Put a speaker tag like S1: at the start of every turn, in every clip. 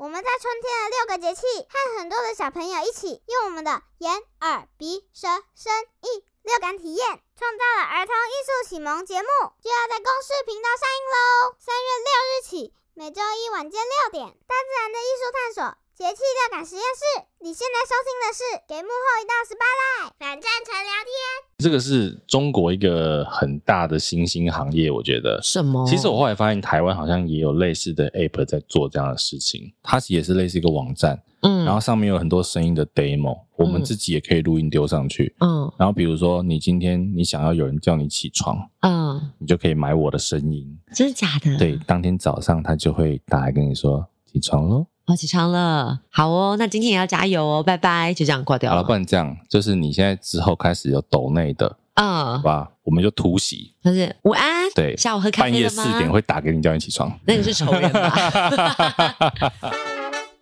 S1: 我们在春天的六个节气和很多的小朋友一起，用我们的眼、耳、鼻、舌、身、意六感体验，创造了儿童艺术启蒙节目，就要在公视频道上映喽！三月六日起，每周一晚间六点，大自然的艺术探索。节气六感实验室，你现在收听的是《给幕后一道十八赖》，反战成聊天。
S2: 这个是中国一个很大的新兴行业，我觉得。
S3: 什么？
S2: 其实我后来发现，台湾好像也有类似的 app 在做这样的事情，它也是类似一个网站，
S3: 嗯，
S2: 然后上面有很多声音的 demo，我们
S3: 嗯
S2: 自己也可以录音丢上去。
S3: 嗯
S2: 然后比如说，你今天你想要有人叫你起床，
S3: 嗯，
S2: 你就可以买我的声音，
S3: 真的假的？
S2: 对，，当天早上他就会打来跟你说起床喽。
S3: 我起床了，好哦，那今天也要加油哦，拜拜，就这样挂掉
S2: 好了，
S3: 了。
S2: 不然这样，就是你现在之后开始有抖内的，
S3: 嗯
S2: 好，吧？我们就突袭，
S3: 就是午安，
S2: 对
S3: 下午喝咖
S2: 半
S3: 啡
S2: 夜
S3: 了吗？
S2: 四点会打给你叫你起床。
S3: 那你是仇人吧？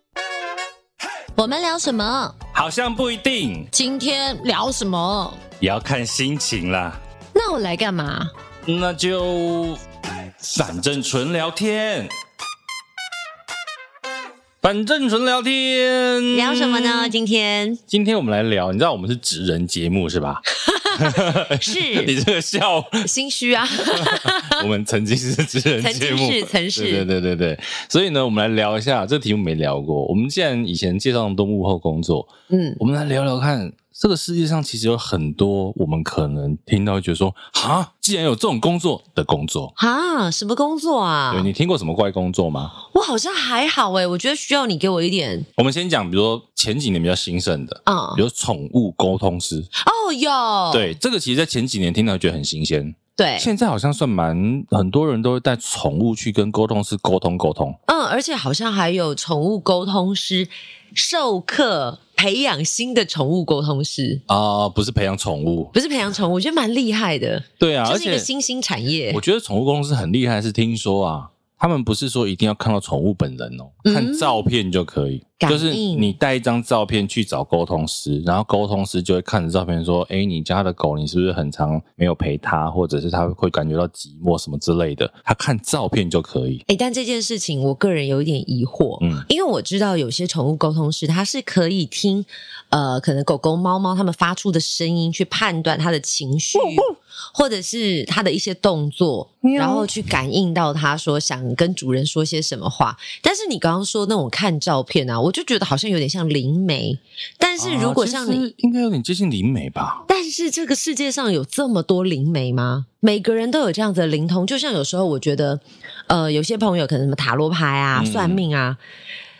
S3: 我们聊什么？
S2: 好像不一定，
S3: 今天聊什么？
S2: 也要看心情啦。
S3: 那我来干嘛？
S2: 那就反正纯聊天，反正纯聊天，
S3: 聊什么呢？？今天
S2: 今天我们来聊，你知道我们是职人节目是吧？你
S3: 是
S2: 这个笑，
S3: 心虚 啊，
S2: 我们曾经是职人节目，
S3: 曾经是曾是
S2: 对对对对对。所以呢，我们来聊一下这题目没聊过。我们既然以前介绍那么多幕后工作，
S3: 嗯，
S2: 我们来聊聊看，这个世界上其实有很多我们可能听到会觉得说，啊，既然有这种工作的工作，
S3: 啊，什么工作啊
S2: 对？你听过什么怪工作吗？
S3: 我好像还好哎、我觉得需要你给我一点
S2: 我们先讲，比如说前几年比较兴盛的，
S3: 啊、
S2: 比如宠物沟通师，
S3: 哦哎哟，
S2: 对这个，其实在前几年听到觉得很新鲜，
S3: 对，
S2: 现在好像算蛮很多人都会带宠物去跟沟通师沟通沟通。
S3: 嗯，而且好像还有宠物沟通师授课，培养新的宠物沟通师，
S2: 啊、不是培养宠物，
S3: 哦不是培养宠物，我觉得蛮厉害的，
S2: 对啊，
S3: 就
S2: 而
S3: 是一个
S2: 且
S3: 新兴产业
S2: 我。觉得宠物公司很厉害，是听说啊，他们不是说一定要看到宠物本人哦，
S3: 嗯
S2: 看照片就可以，
S3: 感
S2: 就
S3: 应
S2: 是你带一张照片去找沟通师，然后沟通师就会看着照片说，哎，你家的狗你是不是很常没有陪它，或者是它会感觉到寂寞什么之类的，他看照片就可以，
S3: 哎，但这件事情我个人有一点疑惑，
S2: 嗯
S3: 因为我知道有些宠物沟通师他是可以听，呃，可能狗狗、猫猫它们发出的声音去判断它的情绪，或者是它的一些动作，然后去感应到它说想跟主人说些什么话。但是你刚刚说那种看照片啊，我就觉得好像有点像灵媒。但是如果像
S2: 啊
S3: 你，
S2: 其实应该有点接近灵媒吧。
S3: 但是这个世界上有这么多灵媒吗？每个人都有这样子的灵通，就像有时候我觉得，呃，有些朋友可能什么塔罗牌啊、
S2: 嗯
S3: 算命啊，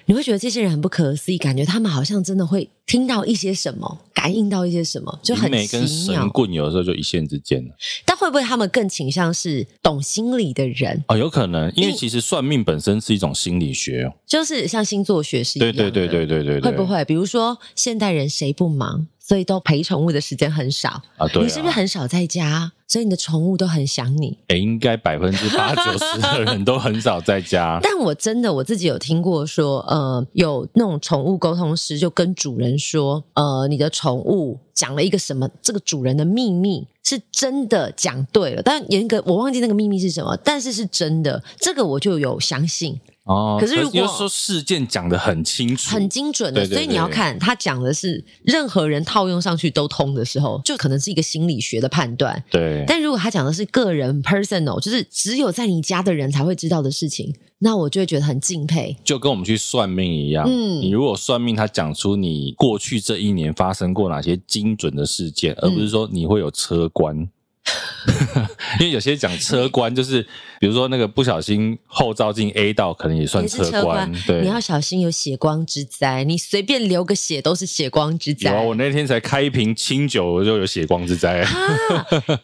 S3: 你会觉得这些人很不可思议，感觉他们好像真的会听到一些什么，感应到一些什么，就
S2: 灵
S3: 很
S2: 媒跟
S3: 奇
S2: 神
S3: 妙。
S2: 棍有的时候就一线之间了
S3: 但会不会他们更倾向是懂心理的人，
S2: 哦，有可能，因为
S3: 因
S2: 其实算命本身是一种心理学哦，
S3: 就是像星座学是一
S2: 对
S3: 样
S2: 对对
S3: 的
S2: 对对对对，
S3: 会不会？比如说现代人谁不忙，所以都陪宠物的时间很少。
S2: 啊？对啊，
S3: 你是不是很少在家，所以你的宠物都很想你？。
S2: 诶，哎应该百分之八九十的人都很少在家
S3: 但我真的我自己有听过说，呃，有那种宠物沟通师就跟主人说，呃，你的宠物讲了一个什么，这个主人的秘密是真的讲对了，但严格我忘记那个秘密是什么，但是是真的，这个我就有相信，
S2: 哦，
S3: 可是如果
S2: 就是说事件讲得很清楚，
S3: 很精准的。
S2: 对对
S3: 所以你要
S2: 对
S3: 看他讲的是任何人套用上去都通的时候，就可能是一个心理学的判断。
S2: 对，
S3: 但如果他讲的是个人 personal，就是只有在你家的人才会知道的事情，那我就会觉得很敬佩。
S2: 就跟我们去算命一样，
S3: 嗯
S2: 你如果算命，他讲出你过去这一年发生过哪些精准的事件，而
S3: 嗯
S2: 不是说你会有车 关。因为有些讲车关，就是比如说那个不小心后照镜 A 到，可能也算
S3: 也是
S2: 关
S3: 车关。，
S2: 对，
S3: 你要小心有血光之灾，你随便流个血都是血光之灾。
S2: 有啊，我那天才开一瓶清酒，我就有血光之灾，
S3: 啊，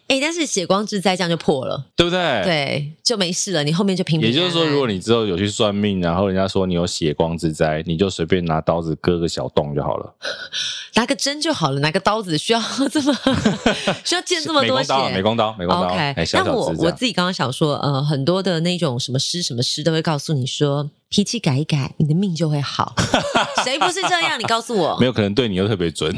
S3: 哎、但是血光之灾这样就破了，
S2: 对不对？。
S3: 对，就没事了，你后面就平平
S2: 哎也
S3: 安安。
S2: 就是说，如果你之后有去算命，然后人家说你有血光之灾，你就随便拿刀子割个小洞就好了。
S3: 拿个针就好了，拿个刀子需要这 么需要见这么
S2: 美
S3: 多
S2: 工
S3: 血？
S2: 刀，美工刀，美工刀，哎、
S3: OK，
S2: 小
S3: 但
S2: 小
S3: 我
S2: 指
S3: 我
S2: 甲。
S3: 自己刚刚想说，呃，很多的那种什么师什么师都会告诉你说，脾气改一改，你的命就会好。 谁不是这样？你告诉我
S2: 没，有可能对你又特别 准，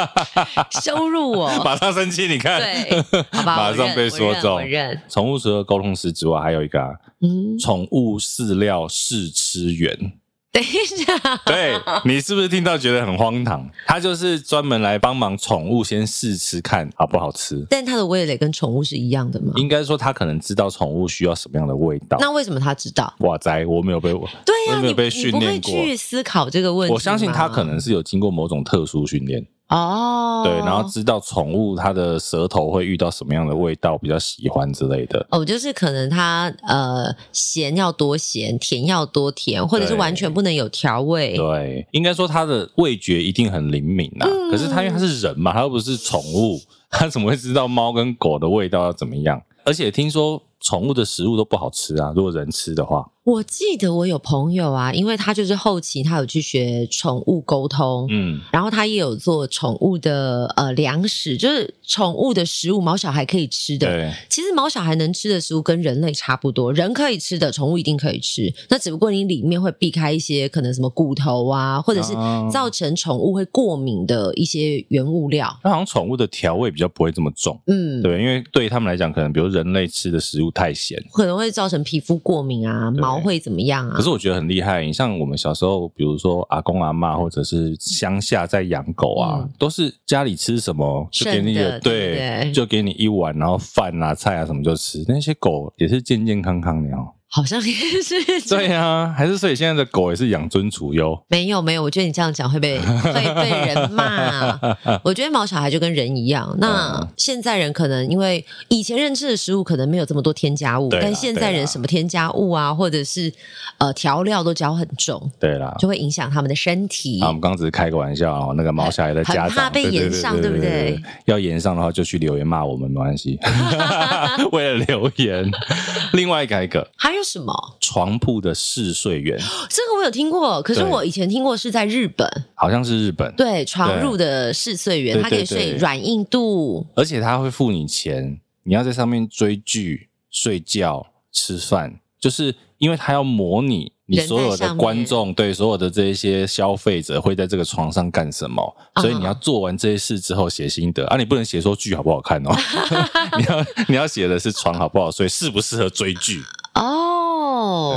S3: 羞辱我，
S2: 马上生气。你看，
S3: 对，好吧，
S2: 马
S3: 我
S2: 上
S3: 认
S2: 被
S3: 我
S2: 说
S3: 认
S2: 中
S3: 我认，
S2: 宠物除了沟通师之外，还有一个啊
S3: 嗯，
S2: 宠、物饲料试吃员。
S3: 等一下，
S2: 对你是不是听到觉得很荒唐？他就是专门来帮忙宠物先试吃看好不好吃。
S3: 但它的味蕾跟宠物是一样的吗？
S2: 应该说他可能知道宠物需要什么样的味道。
S3: 那为什么他知道？
S2: 哇塞，我没有被我，
S3: 对
S2: 我
S3: 呀、
S2: 没
S3: 你
S2: 有被
S3: 你
S2: 训
S3: 不会
S2: 练过。
S3: 去思考这个问题吗。
S2: 我相信他可能是有经过某种特殊训练，
S3: 哦，
S2: 对，然后知道宠物它的舌头会遇到什么样的味道比较喜欢之类的。
S3: 哦，就是可能它呃咸要多咸，甜要多甜，或者是
S2: 对
S3: 完全不能有调味。
S2: 对，应该说它的味觉一定很灵敏呐、
S3: 嗯
S2: 可是它因为它是人嘛，它又不是宠物，它怎么会知道猫跟狗的味道要怎么样？而且听说宠物的食物都不好吃啊，如果人吃的话，
S3: 我记得我有朋友啊，因为他就是后期他有去学宠物沟通。
S2: 嗯，
S3: 然后他也有做宠物的呃粮食，就是宠物的食物，毛小孩可以吃的。
S2: 对，
S3: 其实毛小孩能吃的食物跟人类差不多，人可以吃的，宠物一定可以吃。那只不过你里面会避开一些可能什么骨头啊，或者是
S2: 哦
S3: 造成宠物会过敏的一些原物料。
S2: 那好像宠物的调味比较不会这么重，
S3: 嗯，
S2: 对，因为对他们来讲，可能比如人类吃的食物太咸。
S3: 可能会造成皮肤过敏啊，
S2: 对
S3: 毛会怎么样啊？
S2: 可是我觉得很厉害，你像我们小时候，比如说阿公阿嬷，或者是乡下在养狗啊，
S3: 嗯
S2: 都是家里吃什么就给你
S3: 剩
S2: 个
S3: 的对不对
S2: 就给你一碗，然后饭啊菜啊什么就吃。那些狗也是健健康康的哦。
S3: 好像也是
S2: 对
S3: 样。
S2: 啊，还是所以现在的狗也是养尊处优。
S3: 没有没有，我觉得你这样讲 会被会被人骂。啊我觉得毛小孩就跟人一样，那
S2: 嗯
S3: 现在人可能因为以前认知的食物可能没有这么多添加物，
S2: 对啦啊
S3: 但现在
S2: 对啦
S3: 人什么添加物啊，或者是呃调料都加很重，
S2: 对啦。
S3: 就会影响他们的身体
S2: 啊，我。们刚刚只是开个玩笑哦，那个毛小孩的家长
S3: 很怕被延上
S2: 对
S3: 对不对
S2: 对？要延上的话，就去留言骂我们，没关 系。为了留言，另外一个还有一个
S3: 还有什么？
S2: 床铺的嗜睡员，
S3: 这个我有听过，可是
S2: 对
S3: 我以前听过是在日本，
S2: 好像是日本。
S3: 对床
S2: 对
S3: 褥的嗜睡员，
S2: 对
S3: 他可以
S2: 对
S3: 睡
S2: 对
S3: 软硬度，
S2: 而且他会付你钱，你要在上面追剧、睡觉、吃饭，就是因为他要模拟你所有
S3: 人在上
S2: 的
S3: 面
S2: 观众，对所有的这一些消费者会在这个床上干什么，
S3: 嗯
S2: 所以你要做完这些事之后写心得啊，你不能写说剧好不好 看哦，你要你要写的是床好不好睡，适不适合追剧，
S3: 哦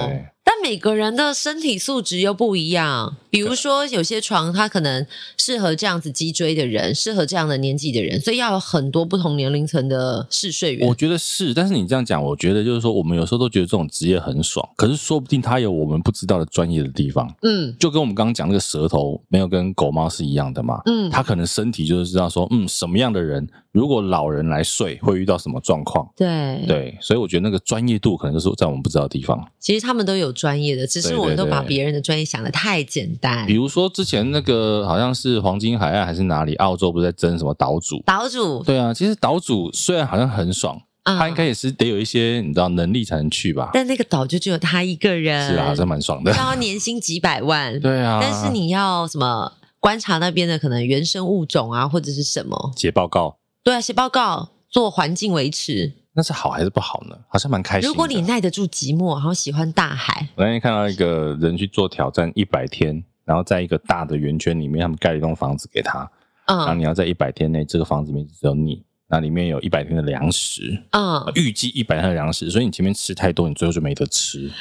S2: 对，
S3: 但每个人的身体素质又不一样。比如说，有些床它可能适合这样子脊椎的人，适合这样的年纪的人，所以要有很多不同年龄层的嗜睡
S2: 我
S3: 员。
S2: 觉得是，但是你这样讲，我觉得就是说，我们有时候都觉得这种职业很爽，可是说不定他有我们不知道的专业的地方。
S3: 嗯
S2: 就跟我们刚刚讲那个舌头没有跟狗猫是一样的嘛，
S3: 嗯，
S2: 他可能身体就是知道说，嗯，什么样的人如果老人来睡会遇到什么状况，
S3: 对，
S2: 对，所以我觉得那个专业度可能就是在我们不知道的地方。
S3: 其实他们都有专业的，只是
S2: 对
S3: 我们
S2: 对
S3: 都把
S2: 对
S3: 别人的专业想的太简单
S2: 比。如说之前那个好像是黄金海岸还是哪里，澳洲不是在争什么岛主？
S3: 岛主，
S2: 对啊，其实岛主虽然好像很爽，他
S3: 嗯
S2: 应该也是得有一些你知道能力才能去吧？
S3: 但那个岛就只有他一个人，
S2: 是啊，这蛮爽的。
S3: 然后年薪几百万，
S2: 对啊，
S3: 但是你要什么观察那边的可能原生物种啊，或者是什么？
S2: 写报告
S3: 对啊，写报告做环境维持。
S2: 那是好还是不好呢？好像蛮开心的。
S3: 如果你耐得住寂寞，然后喜欢大海，
S2: 我那天看到一个人去做挑战一百天，然后在一个大的圆圈里面，他们盖了一栋房子给他，然后
S3: 嗯
S2: 你要在一百天内，这个房子里面只有你，那里面有一百天的粮食，
S3: 嗯，
S2: 预计一百天的粮食，所以你前面吃太多，你最后就没得吃。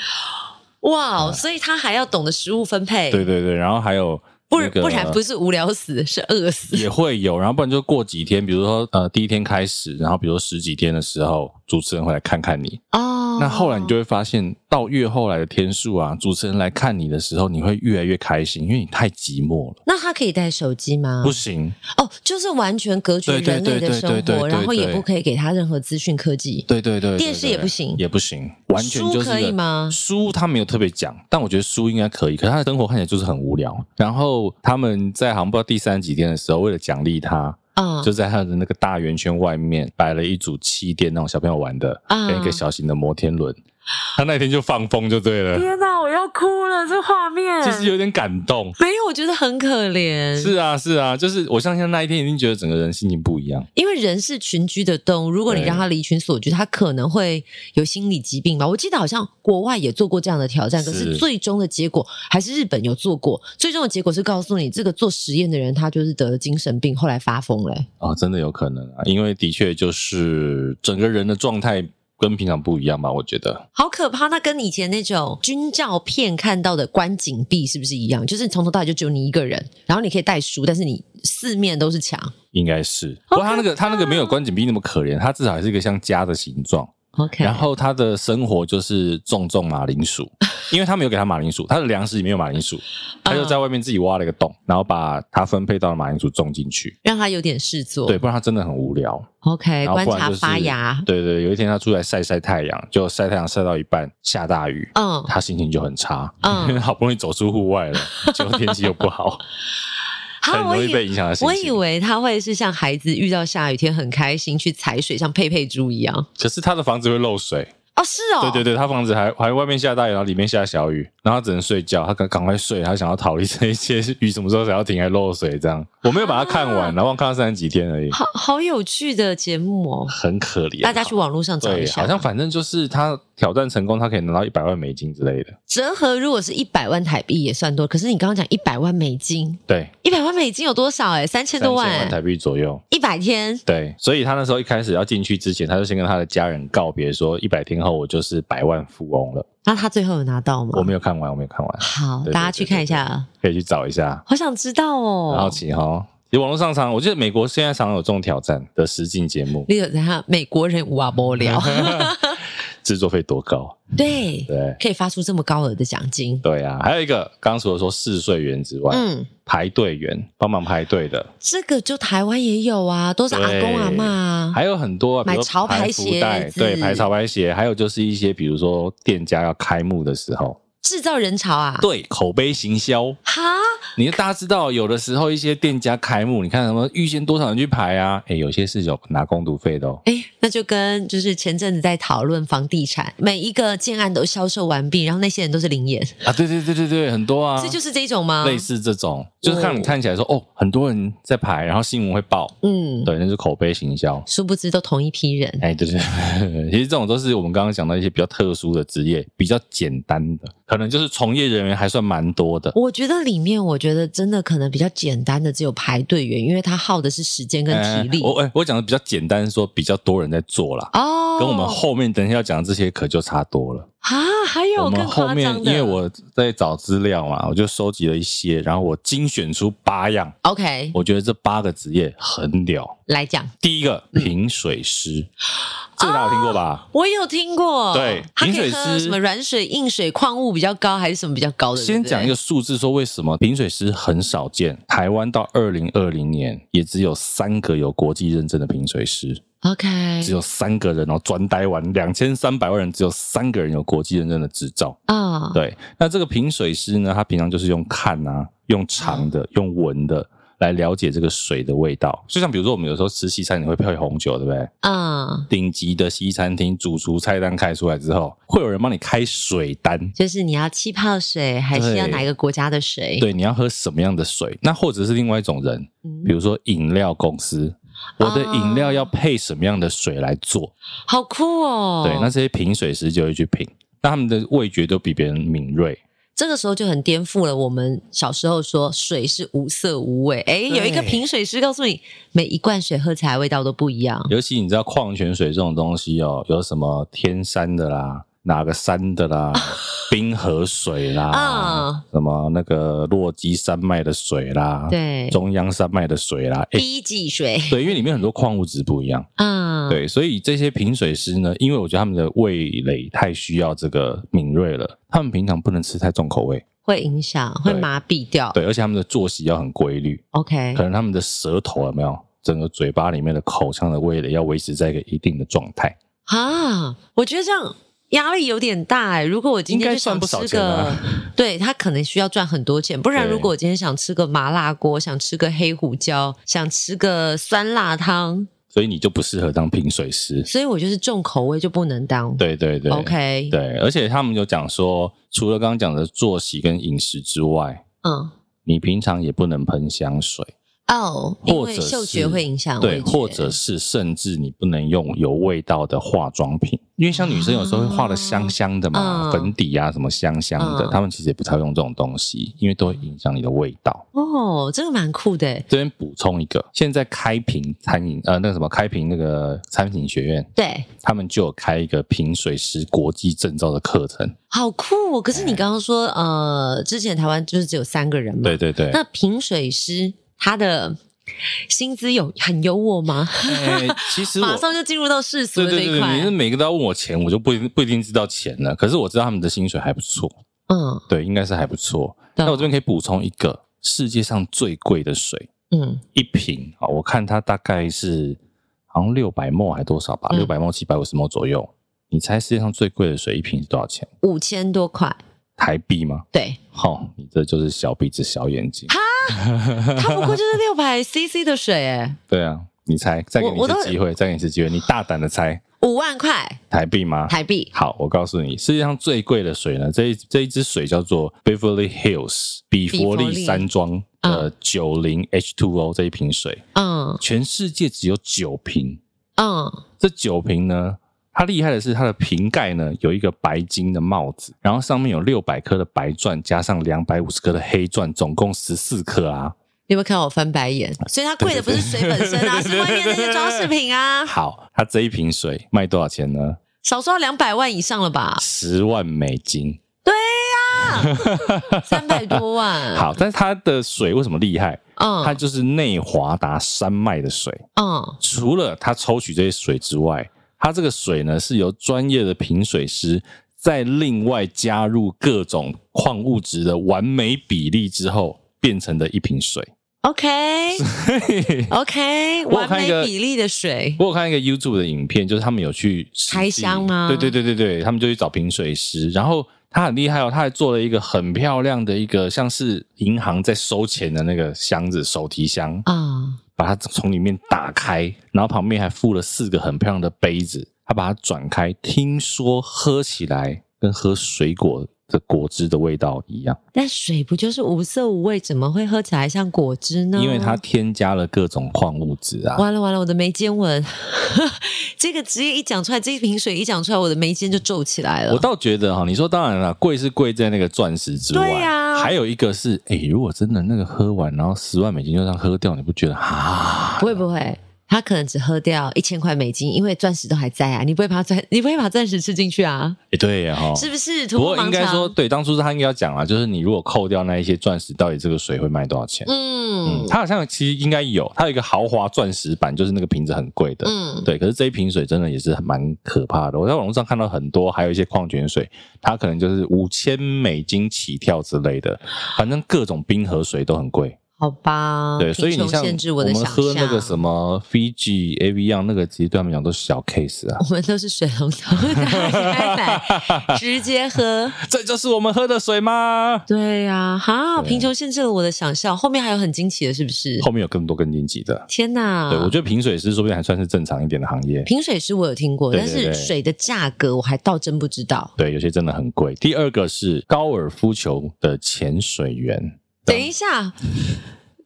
S3: 哇，所以他还要懂得食物分配，
S2: 呃对对对，然后还有、
S3: 不
S2: 那
S3: 然
S2: 个
S3: 不然不是无聊死，是饿死。
S2: 也会有，然后不然就过几天，比如说呃第一天开始，然后比如说十几天的时候，主持人会来看看你。
S3: 哦，
S2: 那后来你就会发现，到越后来的天数啊，主持人来看你的时候，你会越来越开心，因为你太寂寞了，
S3: 那他可以带手机吗？
S2: 不行。
S3: 哦，就是完全隔绝
S2: 对对
S3: 人类的
S2: 对对
S3: 生
S2: 对对
S3: 活，
S2: 对
S3: 然后也
S2: 对
S3: 不可以给他任何资讯科技。
S2: 对对对对
S3: 电视
S2: 对
S3: 也不行
S2: 也不行，完全就是一个
S3: 书可以吗
S2: 书他没有特别讲，但我觉得书应该可以。可是他的生活看起来就是很无聊。然后他们在好像不知道第三几天的时候，为了奖励他，
S3: 啊
S2: 就在他的那个大圆圈外面摆了一组气垫，那种小朋友玩的，
S3: 啊
S2: 跟一个小型的摩天轮。他那天就放风就对了，
S3: 天哪，我要哭了，这画面
S2: 其实有点感动。
S3: 没有，我觉得很可怜。
S2: 是啊，是啊，就是我相信他那一天一定觉得整个人心情不一样。
S3: 因为人是群居的动物，如果你
S2: 对
S3: 让它离群索居，它可能会有心理疾病吧。我记得好像国外也做过这样的挑战，可是
S2: 是
S3: 最终的结果还是日本有做过，最终的结果是告诉你，这个做实验的人他就是得了精神病，后来发疯了欸、
S2: 哦，真的有可能啊，因为的确就是整个人的状态跟平常不一样吧？我觉得
S3: 好可怕！那跟以前那种军照片看到的观景壁是不是一样？就是从头到尾就只有你一个人，然后你可以带书，但是你四面都是墙。
S2: 应该是。不过他那个他那个没有观景壁那么可怜，他至少还是一个像家的形 状。
S3: OK，
S2: 然后他的生活就是种种马铃薯，因为他没有给他马铃薯，他的粮食里面有马铃薯，他
S3: 嗯
S2: 就在外面自己挖了一个洞，然后把他分配到的马铃薯种进去。
S3: 让他有点事做。
S2: 对，不然他真的很无聊。
S3: ，OK，
S2: 然后
S3: 哎观
S2: 不然
S3: 察
S2: 就是
S3: 发芽。
S2: 对对，有一天他出来晒晒太阳，就晒太阳晒到一半下大雨，
S3: 嗯
S2: 他心情就很差，
S3: 嗯
S2: 因为好不容易走出户外了，结果天气又不好， 很
S3: 啊，我
S2: 容易
S3: 以
S2: 被影响到心
S3: 我
S2: 情。
S3: 以为他会是像孩子遇到下雨天很开心去踩水，像佩佩猪一样。
S2: 可是他的房子会漏水，
S3: 哦，是哦，
S2: 对对对，他房子还还外面下大雨，然后里面下小雨，然后他只能睡觉，他赶赶快睡，他想要逃离这一切， 雨什么时候才要停还漏水这样。我没有把它看完，
S3: 啊
S2: 然后看到三十几天而已，
S3: 好好有趣的节目哦，
S2: 很可怜。啊
S3: 大家去网络上找一
S2: 对，
S3: 下。
S2: 好像反正就是他挑战成功，他可以拿到一百万美金之类的。
S3: 折合如果是一百万台币也算多，可是你刚刚讲一百万美金，
S2: 对，
S3: 一百万美金有多少、欸？哎，三千
S2: 三千
S3: 多万、
S2: 万台币左右。
S3: 一百天。
S2: 对，所以他那时候一开始要进去之前，他就先跟他的家人告别，说一百天后我就是百万富翁了。
S3: 那他最后有拿到吗？
S2: 我没有看完，我没有看完，
S3: 好，
S2: 对对
S3: 大家去看一下，
S2: 可以去找一下。
S3: 好想知道
S2: 然后
S3: 哦。
S2: 其哈，其实网络上常，我记得美国现在常有这种挑战的实境节目，
S3: 你有等下美国人无啊 无聊，
S2: 制作费多高？
S3: 对，
S2: 对
S3: 可以发出这么高额的奖金。
S2: 对啊，还有一个，刚刚除了说试睡员之外，
S3: 嗯，
S2: 排队员帮忙排队的，
S3: 这个就台湾也有啊，都是
S2: 对
S3: 阿公阿妈啊。
S2: 还有很多啊，比如
S3: 买
S2: 说
S3: 潮牌
S2: 排福袋
S3: 鞋子
S2: 对，排潮牌鞋，还有就是一些比如说店家要开幕的时候，
S3: 制造人潮啊。
S2: 对口碑行销，
S3: 哈，
S2: 你大家知道，有的时候一些店家开幕，你看什么预先多少人去排啊？哎，有些是有拿工读费的哦。
S3: 哎，那就跟就是前阵子在讨论房地产，每一个建案都销售完毕，然后那些人都是灵眼，
S2: 啊，对对对对对，很多啊，
S3: 这就是这种吗？
S2: 类，似这种，就是让你看起来说哦，很多人在排，然后新闻会报，
S3: 嗯，
S2: 对，那是口碑行销。
S3: 殊不知都同一批人。
S2: 哎，对对，对其实这种都是我们刚刚讲到一些比较特殊的职业，比较简单的，可能就是从业人员还算蛮多的。
S3: 我觉得里面，我觉得真的可能比较简单的只有排队员，因为他耗的是时间跟体力。
S2: 哎我哎，我讲的比较简单，说比较多人在做啦，
S3: 哦，
S2: 哎跟我们后面等一下要讲的这些可就差多了。
S3: 啊，还有
S2: 我们
S3: 更
S2: 后
S3: 夸
S2: 面
S3: 张的，
S2: 因为我在找资料嘛，我就收集了一些，然后我精选出八样，
S3: OK
S2: 我觉得这八个职业很屌。
S3: 来讲，
S2: 第一个评水师，这个大家有听过吧？
S3: 我有听过，
S2: 对
S3: 他可
S2: 饮水
S3: 以喝
S2: 师
S3: 什么软水、硬水、矿物比较高，还是什么比较高的？
S2: 先讲一
S3: 个，
S2: 个数字，说为什么评水师很少见。台湾到二零二零年也只有三个有国际认证的评水师，
S3: OK，
S2: 只有三个人哦，转台湾两千三百万人，只有三个人有国际认证的执照。
S3: 啊，
S2: 对，那这个评水师呢，他平常就是用看啊、用尝的、用闻的来了解这个水的味道。就像比如说，我们有时候吃西餐，你会配红酒，对不对？
S3: 嗯，
S2: 顶级的西餐厅主厨菜单开出来之后，会有人帮你开水单。
S3: 就是你要气泡水，还是要哪一个国家的水？，
S2: 对，你要喝什么样的水？那或者是另外一种人，
S3: 嗯
S2: 比如说饮料公司，
S3: 啊
S2: 我的饮料要配什么样的水来做？
S3: 好酷哦。
S2: 对，那这些评水师就会去评，那他们的味觉都比别人敏锐。
S3: 这个时候就很颠覆了我们小时候说水是无色无味。
S2: 对
S3: 哎，有一个评水师告诉你，每一罐水喝起来味道都不一样。
S2: 尤其你知道矿泉水这种东西哦，有什么天山的啦，哪个山的 啦，冰河水啦
S3: 啊，
S2: 什么那个落基山脉的水啦，
S3: 对
S2: 中央山脉的水啦，哎、
S3: 第一季水，
S2: 对，因为里面很多矿物质不一样，
S3: 嗯，，
S2: 对，所以这些评水师呢，因为我觉得他们的味蕾太需要这个敏锐了，他们平常不能吃太重口味，
S3: 会影响，会
S2: 对
S3: 麻痹掉。
S2: 对，而且他们的作息要很规律，
S3: ，OK，
S2: 可能他们的舌头有没有，整个嘴巴里面的口腔的味蕾要维持在一个一定的状态。
S3: 啊，我觉得这样压力有点大哎、如果我今
S2: 应
S3: 天
S2: 该
S3: 就想
S2: 算不少
S3: 吃
S2: 钱
S3: 个，
S2: 啊
S3: 对他可能需要赚很多钱，不然
S2: 对
S3: 如果我今天想吃个麻辣锅，想吃个黑胡椒，想吃个酸辣汤，
S2: 所以你就不适合当评水师。
S3: 所以我就是重口味就不能当。
S2: 对对对
S3: o k
S2: 对，而且他们有讲说，除了刚刚讲的作息跟饮食之外，
S3: 嗯，
S2: 你平常也不能喷香水，
S3: 哦，因
S2: 或
S3: 为
S2: 者
S3: 嗅
S2: 是
S3: 觉会影响
S2: 对，
S3: 味觉
S2: 或者是甚至你不能用有味道的化妆品，因为像女生有时候会画的香香的嘛，
S3: 嗯
S2: 粉底啊什么香香的，
S3: 嗯
S2: 她们其实也不太会用这种东西，因为都会影响你的味道。
S3: 哦，这个蛮酷的耶。
S2: 这边补充一个，现在开平餐饮呃那个什么开平那个餐饮学院，
S3: 对，
S2: 他们就有开一个品水师国际证照的课程。
S3: 好酷哦！可是你刚刚说，呃，之前台湾就是只有三个人嘛，
S2: 哎对对对，
S3: 那评水师他的薪资有很优渥吗？
S2: 哎其实我
S3: 马上就进入到世俗
S2: 对
S3: 的这
S2: 对
S3: 一
S2: 对，你是
S3: 块，
S2: 每个都要问我钱，我就不一定不一定知道钱了。可是我知道他们的薪水还不错，
S3: 嗯，
S2: 对，应该是还不错。
S3: 对啊
S2: 那我这边可以补充一个，世界上最贵的水
S3: 嗯
S2: 一瓶啊，我看它大概是好像六百墨还多少吧，
S3: 嗯
S2: 六百墨七百五十墨左右。你猜世界上最贵的水一瓶是多少钱？
S3: 五千多块，
S2: 台币吗？
S3: 对，
S2: 好、你这就是小鼻子小眼睛。
S3: 它不过就是六百 CC 的水，哎，
S2: 对啊，你猜，再给你
S3: 我
S2: 一
S3: 我都
S2: 次机会，再给你一次机会，你大胆的猜
S3: 五万块
S2: 台币吗？
S3: 台币，
S2: 好，我告诉你，世界上最贵的水呢，这一这一支水叫做 Beverly Hills 比佛
S3: 比佛
S2: 利
S3: 利
S2: 山庄的九零 H2O 这一瓶水，
S3: 嗯
S2: 全世界只有九瓶。
S3: 嗯，
S2: 这九瓶呢，它厉害的是它的瓶盖呢有一个白金的帽子，然后上面有六百颗的白钻，加上两百五十颗的黑钻，总共十四颗啊。
S3: 你有没有看到我翻白眼？所以它贵的不是水本身啊，
S2: 对对
S3: 是
S2: 对
S3: 外面那些装饰品啊，
S2: 好，它这一瓶水卖多少钱呢？
S3: 少说两百万以上 了吧？
S2: 十万美金。
S3: 三百多万，，
S2: 好，但是它的水为什么厉害？它
S3: 嗯
S2: 就是内华达山脉的水。
S3: 嗯，
S2: 除了他抽取这些水之外，他这个水呢是由专业的评水师再另外加入各种矿物质的完美比例之后变成的一瓶水。
S3: OK OK，
S2: 我有
S3: 完
S2: 看
S3: 美
S2: 一个
S3: 比例的水，
S2: 我有看一个 YouTube 的影片，就是他们有去实际
S3: 开箱吗
S2: 对对对对对，他们就去找评水师，然后他很厉害哦，他还做了一个很漂亮的一个像是银行在收钱的那个箱子，手提箱，
S3: 啊，
S2: 把它从里面打开，然后旁边还附了四个很漂亮的杯子，他把它转开，听说喝起来跟喝水果的果汁的味道一样，
S3: 但水不就是无色无味，怎么会喝起来像果汁呢？
S2: 因为它添加了各种矿物质啊。
S3: 完了完了，我的眉间纹， 这个职业一讲出来，这一瓶水一讲出来，我的眉间就皱起来了。
S2: 我倒觉得哈，你说当然了，贵是贵在那个钻石之外，
S3: 对啊
S2: 还有一个是，哎、如果真的那个喝完，然后十万美金就让喝掉，你不觉得啊？
S3: 会不会他可能只喝掉一千块美金，因为钻石都还在啊？你不会把钻，你不会把钻石吃进去啊？
S2: 哎、对呀哈。
S3: 是不是？
S2: 不
S3: 图
S2: 过
S3: 盲
S2: 应该
S3: 肠
S2: 说，，对，当初他应该要讲啊，就是你如果扣掉那一些钻石，到底这个水会卖多少钱？嗯，
S3: 嗯
S2: 它好像其实应该有，它有一个豪华钻石版，就是那个瓶子很贵的。
S3: 嗯，
S2: 对，可是这一瓶水真的也是很蛮可怕的。我在网络上看到很多，还有一些矿泉水，它可能就是五千美金起跳之类的，反正各种冰河水都很贵。
S3: 好吧。
S2: 对，所以
S3: 贫
S2: 你
S3: 穷
S2: 像
S3: 哦限制
S2: 我
S3: 的
S2: 们
S3: 想
S2: 喝那个
S3: 象
S2: 什么 Fiji、Avion 那个，其实对他们讲都是小 case 啊。
S3: 我们都是水龙头打开 来直接喝。
S2: 这就是我们喝的水吗？
S3: 对呀、哈，
S2: 对
S3: 贫穷限制了我的想象。后面还有很惊奇的，是不是？嗯
S2: 后面有更多更惊奇的。
S3: 天哪！
S2: 对，我觉得品水师说不定还算是正常一点的行业。
S3: 瓶水师我有听过，
S2: 对
S3: 但
S2: 对
S3: 是
S2: 对
S3: 水的价格我还倒真不知道。
S2: 对，有些真的很贵。第二个是高尔夫球的潜水员，
S3: 等一下，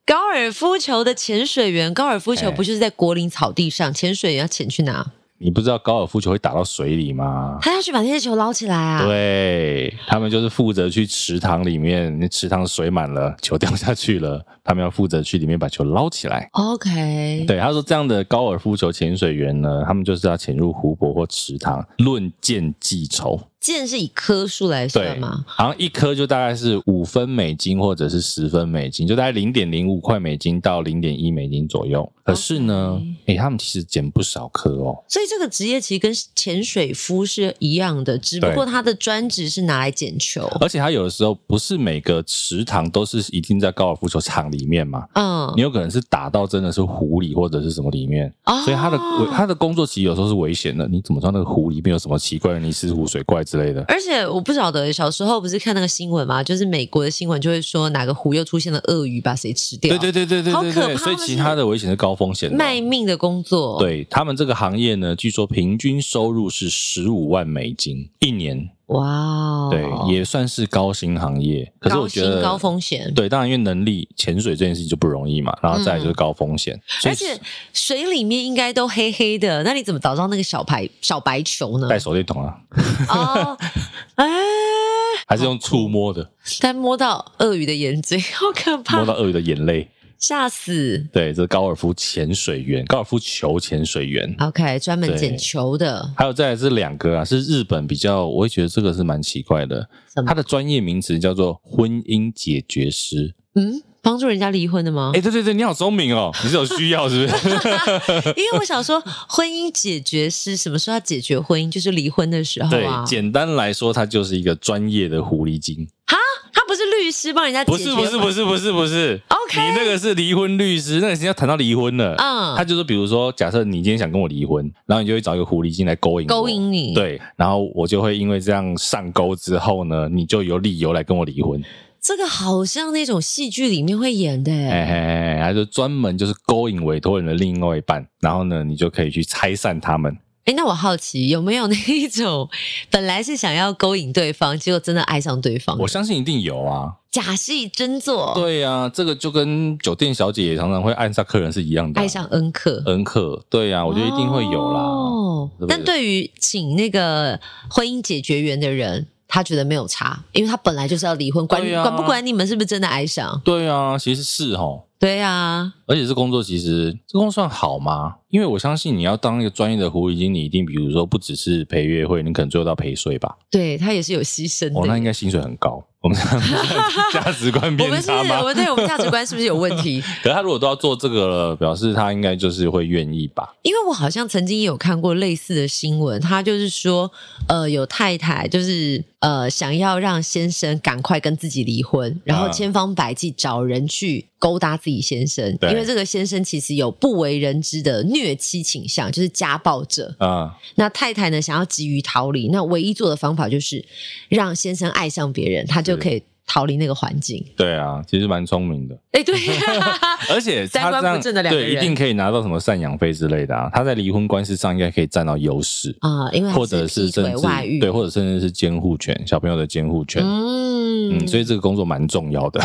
S3: 高尔夫球的潜水员，高尔夫球
S2: 哎啊
S3: 不就是在国林草地上，潜水员要潜去哪？
S2: 你不知道高尔夫球会打到水里吗？
S3: 他要去把那些球捞起来啊！
S2: 对他们就是负责去池塘里面，那池塘水满了，球掉下去了，他们要负责去里面把球捞起来。
S3: ，OK，
S2: 对，他说这样的高尔夫球潜水员呢，他们就是要潜入湖泊或池塘，论剑计酬。
S3: 箭是以颗数来
S2: 对
S3: 算，吗？
S2: 好像一颗就大概是五分美金或者是十分美金，就大概零点零五块美金到零点一美金左右。可是呢
S3: OK，
S2: 诶、他们其实捡不少颗哦。
S3: 所以这个职业其实跟潜水夫是一样的，只不
S2: 对
S3: 过他的专职是拿来捡球。
S2: 而且它有的时候不是每个池塘都是一定在高尔夫球场里面嘛，
S3: 嗯
S2: 你，有可能是打到真的是湖里或者是什么里面，
S3: 哦
S2: 所以他的他的工作其实有时候是危险的。你怎么知道那个湖里面有什么奇怪的泥石湖水怪之类的？
S3: 而且我不晓得，小时候不是看那个新闻嘛，就是美国的新闻就会说哪个湖又出现了鳄鱼，把谁吃掉。
S2: 对对对对对
S3: 好
S2: 对
S3: 可
S2: 对，
S3: 怕
S2: 所以
S3: 那
S2: 其
S3: 是
S2: 他的危险是高风险的。哦
S3: 卖命的工作。，
S2: 对他们这个行业呢，据说平均收入是十五万美金一年。
S3: 哇哦，
S2: 对，也算是高薪行业。可是我觉得
S3: 高薪高风险嗯
S2: 对，当然因为能力潜水这件事情就不容易嘛，然后再来就是高风险，所以
S3: 而且水里面应该都黑黑的，那你怎么找到那个小白小白球呢？
S2: 戴手电筒啊，
S3: 哦，哎，
S2: 还是用触摸的，
S3: 但摸到鳄鱼的眼睛，好可 怕
S2: 摸，到鳄鱼的眼泪。
S3: 吓死。
S2: 对，这是高尔夫潜水员，高尔夫球潜水员。
S3: OK，专门
S2: 对
S3: 捡球的，
S2: 还有再来是两个啊，是日本比较，我会觉得这个是蛮奇怪的
S3: 什。么
S2: 它的专业名词叫做婚姻解决师。
S3: 嗯，帮助人家离婚的吗
S2: 哎、？对对对，你好聪明哦，你是有需要是不是？
S3: 因为我想说，婚姻解决是什么时候要解决婚姻？就是离婚的时候
S2: 对
S3: 啊，。
S2: 简单来说，他就是一个专业的狐狸精。
S3: 他不是律师帮人家解
S2: 不
S3: 决
S2: 是
S3: 吗，
S2: 不是不是不是不是
S3: OK
S2: 你那个是离婚律师，那个已经要谈到离婚了。
S3: 嗯
S2: 他就是比如说，假设你今天想跟我离婚，然后你就会找一个狐狸精来勾引我
S3: 勾引你，，
S2: 对，然后我就会因为这样上钩之后呢，你就有理由来跟我离婚。
S3: 这个好像那种戏剧里面会演的、
S2: 哎嘿嘿嘿，他就专门就是勾引委托人的另外一半，然后呢，你就可以去拆散他们。
S3: 哎，那我好奇有没有那一种本来是想要勾引对方，结果真的爱上对方的，
S2: 我相信一定有啊，
S3: 假戏真做，
S2: 对呀、这个就跟酒店小姐也常常会暗杀客人是一样的啊、
S3: 爱上恩客，
S2: 恩客，对呀、我觉得一定会有啦。
S3: 哦
S2: 对不对
S3: 但对于请那个婚姻解决员的人，他觉得没有差，因为他本来就是要离婚，管、
S2: 对啊
S3: 管不管你们是不是真的爱上？
S2: 对啊，其实是哦。
S3: 对啊，
S2: 而且这工作其实这工作算好吗？因为我相信你要当一个专业的狐狸精，你一定比如说不只是陪约会，你可能最后到陪睡吧。
S3: 对他也是有牺牲
S2: 哦，那应
S3: 的。
S2: 该薪水很高。我 们这样价值观
S3: 我
S2: 偏
S3: 们是，
S2: 差吗
S3: 我？们对我们价值观是不是有问题？
S2: 可是他如果都要做这个了，表示他应该就是会愿意吧？
S3: 因为我好像曾经也有看过类似的新闻，他就是说，呃，有太太就是呃想要让先生赶快跟自己离婚，然后
S2: 啊
S3: 千方百计找人去勾搭自己先生，
S2: 对
S3: 因为这个先生其实有不为人知的虐妻倾向，就是家暴者。
S2: 啊、
S3: 那太太呢想要急于逃离，那唯一做的方法就是让先生爱上别人，他就可以逃离那个环境。
S2: 对啊，其实蛮聪明的，
S3: 哎，对、
S2: 而且他
S3: 三
S2: 这
S3: 观
S2: 样
S3: 不正的两个
S2: 对
S3: 人
S2: 一定可以拿到什么赡养费之类的啊。他在离婚官司上应该可以占到优势，
S3: 啊、因为他
S2: 或者是
S3: 劈腿
S2: 甚至
S3: 外遇，
S2: 对，或者甚至是监护权，小朋友的监护权。
S3: 嗯
S2: 嗯，所以这个工作蛮重要的，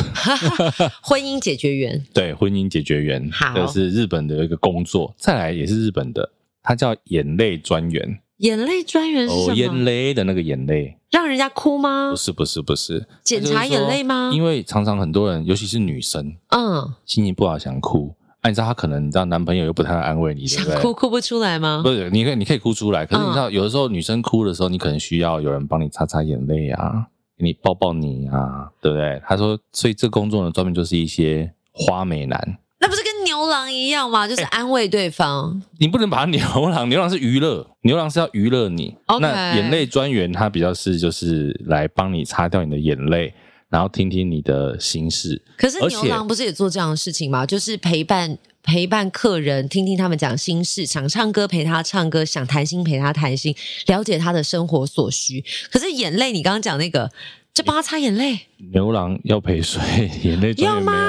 S3: 婚姻解决员。
S2: 对，婚姻解决员，
S3: 好
S2: 这是日本的一个工作，再来也是日本的，它叫眼泪专员，
S3: 眼泪专员是
S2: 哦，
S3: 什
S2: 眼
S3: 么？
S2: 泪的那个眼泪，
S3: 让人家哭吗
S2: 不？是不是不是，
S3: 检
S2: 它就是
S3: 查眼
S2: 说
S3: 泪吗
S2: 因为常常很多人，尤其是女生，
S3: 嗯，
S2: 心情不好想哭，啊，你知道她可能你知道男朋友又不太会安慰你，对
S3: 想
S2: 不对？
S3: 哭哭不出来吗
S2: 不？是，你可以你可以哭出来，可是
S3: 嗯
S2: 你知道，有的时候女生哭的时候，你可能需要有人帮你擦擦眼泪啊，给你抱抱你啊，对不对？他说，所以这工作呢，专门就是一些花美男，
S3: 那不是跟牛郎一样吗？
S2: 哎
S3: 就是安慰对方。
S2: 你不能把 牛郎，牛郎是娱乐，牛郎是要娱乐你。
S3: OK
S2: 那眼泪专员他比较是就是来帮你擦掉你的眼泪，然后听听你的心事。
S3: 可是
S2: 而
S3: 牛
S2: 且
S3: 郎不是也做这样的事情吗？就是陪伴陪伴客人，听听他们讲心事，想唱歌陪他唱歌，想谈心陪他谈心，了解他的生活所需。可是眼泪，你刚刚讲那个，就帮他擦眼泪，
S2: 牛郎要陪睡， 眼泪专
S3: 要
S2: 员没
S3: 吗？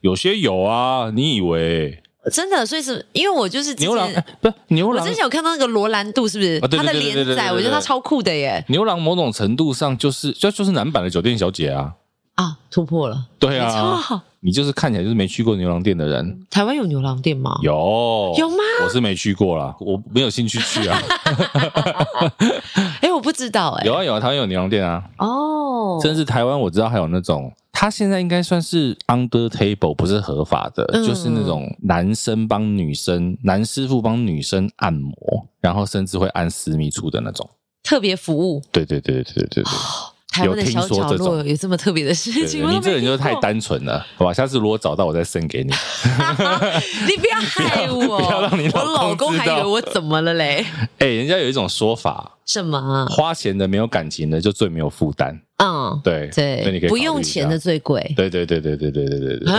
S2: 有，有些有啊，你以为
S3: 真的，所以是因为我就是之前
S2: 牛郎、哎不是牛
S3: 我
S2: 郎
S3: 之？前有看到那个罗兰度，是不是
S2: 啊对对
S3: 他的
S2: 对对对
S3: 连
S2: 对对
S3: 载？
S2: 对
S3: 我觉得他
S2: 对
S3: 超酷的耶。
S2: 牛郎某种程度上就是就就是男版的酒店小姐啊，
S3: 啊，突破了。
S2: 对
S3: 没
S2: 啊，
S3: 错，
S2: 你就是看起来就是没去过牛郎店的人。
S3: 台湾有牛郎店吗？
S2: 有
S3: 有吗？
S2: 我是没去过啦，我没有兴趣去 啊。
S3: 哎，我不知道哎、
S2: 有啊有啊，台湾有牛郎店啊。
S3: 哦，
S2: 甚至台湾我知道还有那种，他现在应该算是 under table，不是合法的，
S3: 嗯
S2: 就是那种男生帮女生，男师傅帮女生按摩，然后甚至会按私密处的那种。
S3: 特别服务。
S2: 对对对对对对对
S3: 台湾的
S2: 有听
S3: 小
S2: 说
S3: 角
S2: 这
S3: 落
S2: 种
S3: 有这么特别的
S2: 对
S3: 事
S2: 对
S3: 情，
S2: 对，
S3: 我都
S2: 你
S3: 没
S2: 这个人就是
S3: 听
S2: 太
S3: 过，
S2: 单纯了，好吧？下次如果我找到我再送 给你。
S3: 你不要害我，
S2: 不要让你
S3: 我
S2: 老
S3: 老
S2: 公
S3: 公
S2: 知
S3: 还以为
S2: 道
S3: 我怎么了嘞？
S2: 哎，人家有一种说法，
S3: 什么啊？
S2: 花钱的没有感情的就最没有负担。
S3: 嗯，
S2: 对所以你可
S3: 对，
S2: 以
S3: 不
S2: 考虑
S3: 用
S2: 一下
S3: 钱的。最贵。
S2: 对对对对对对对对对。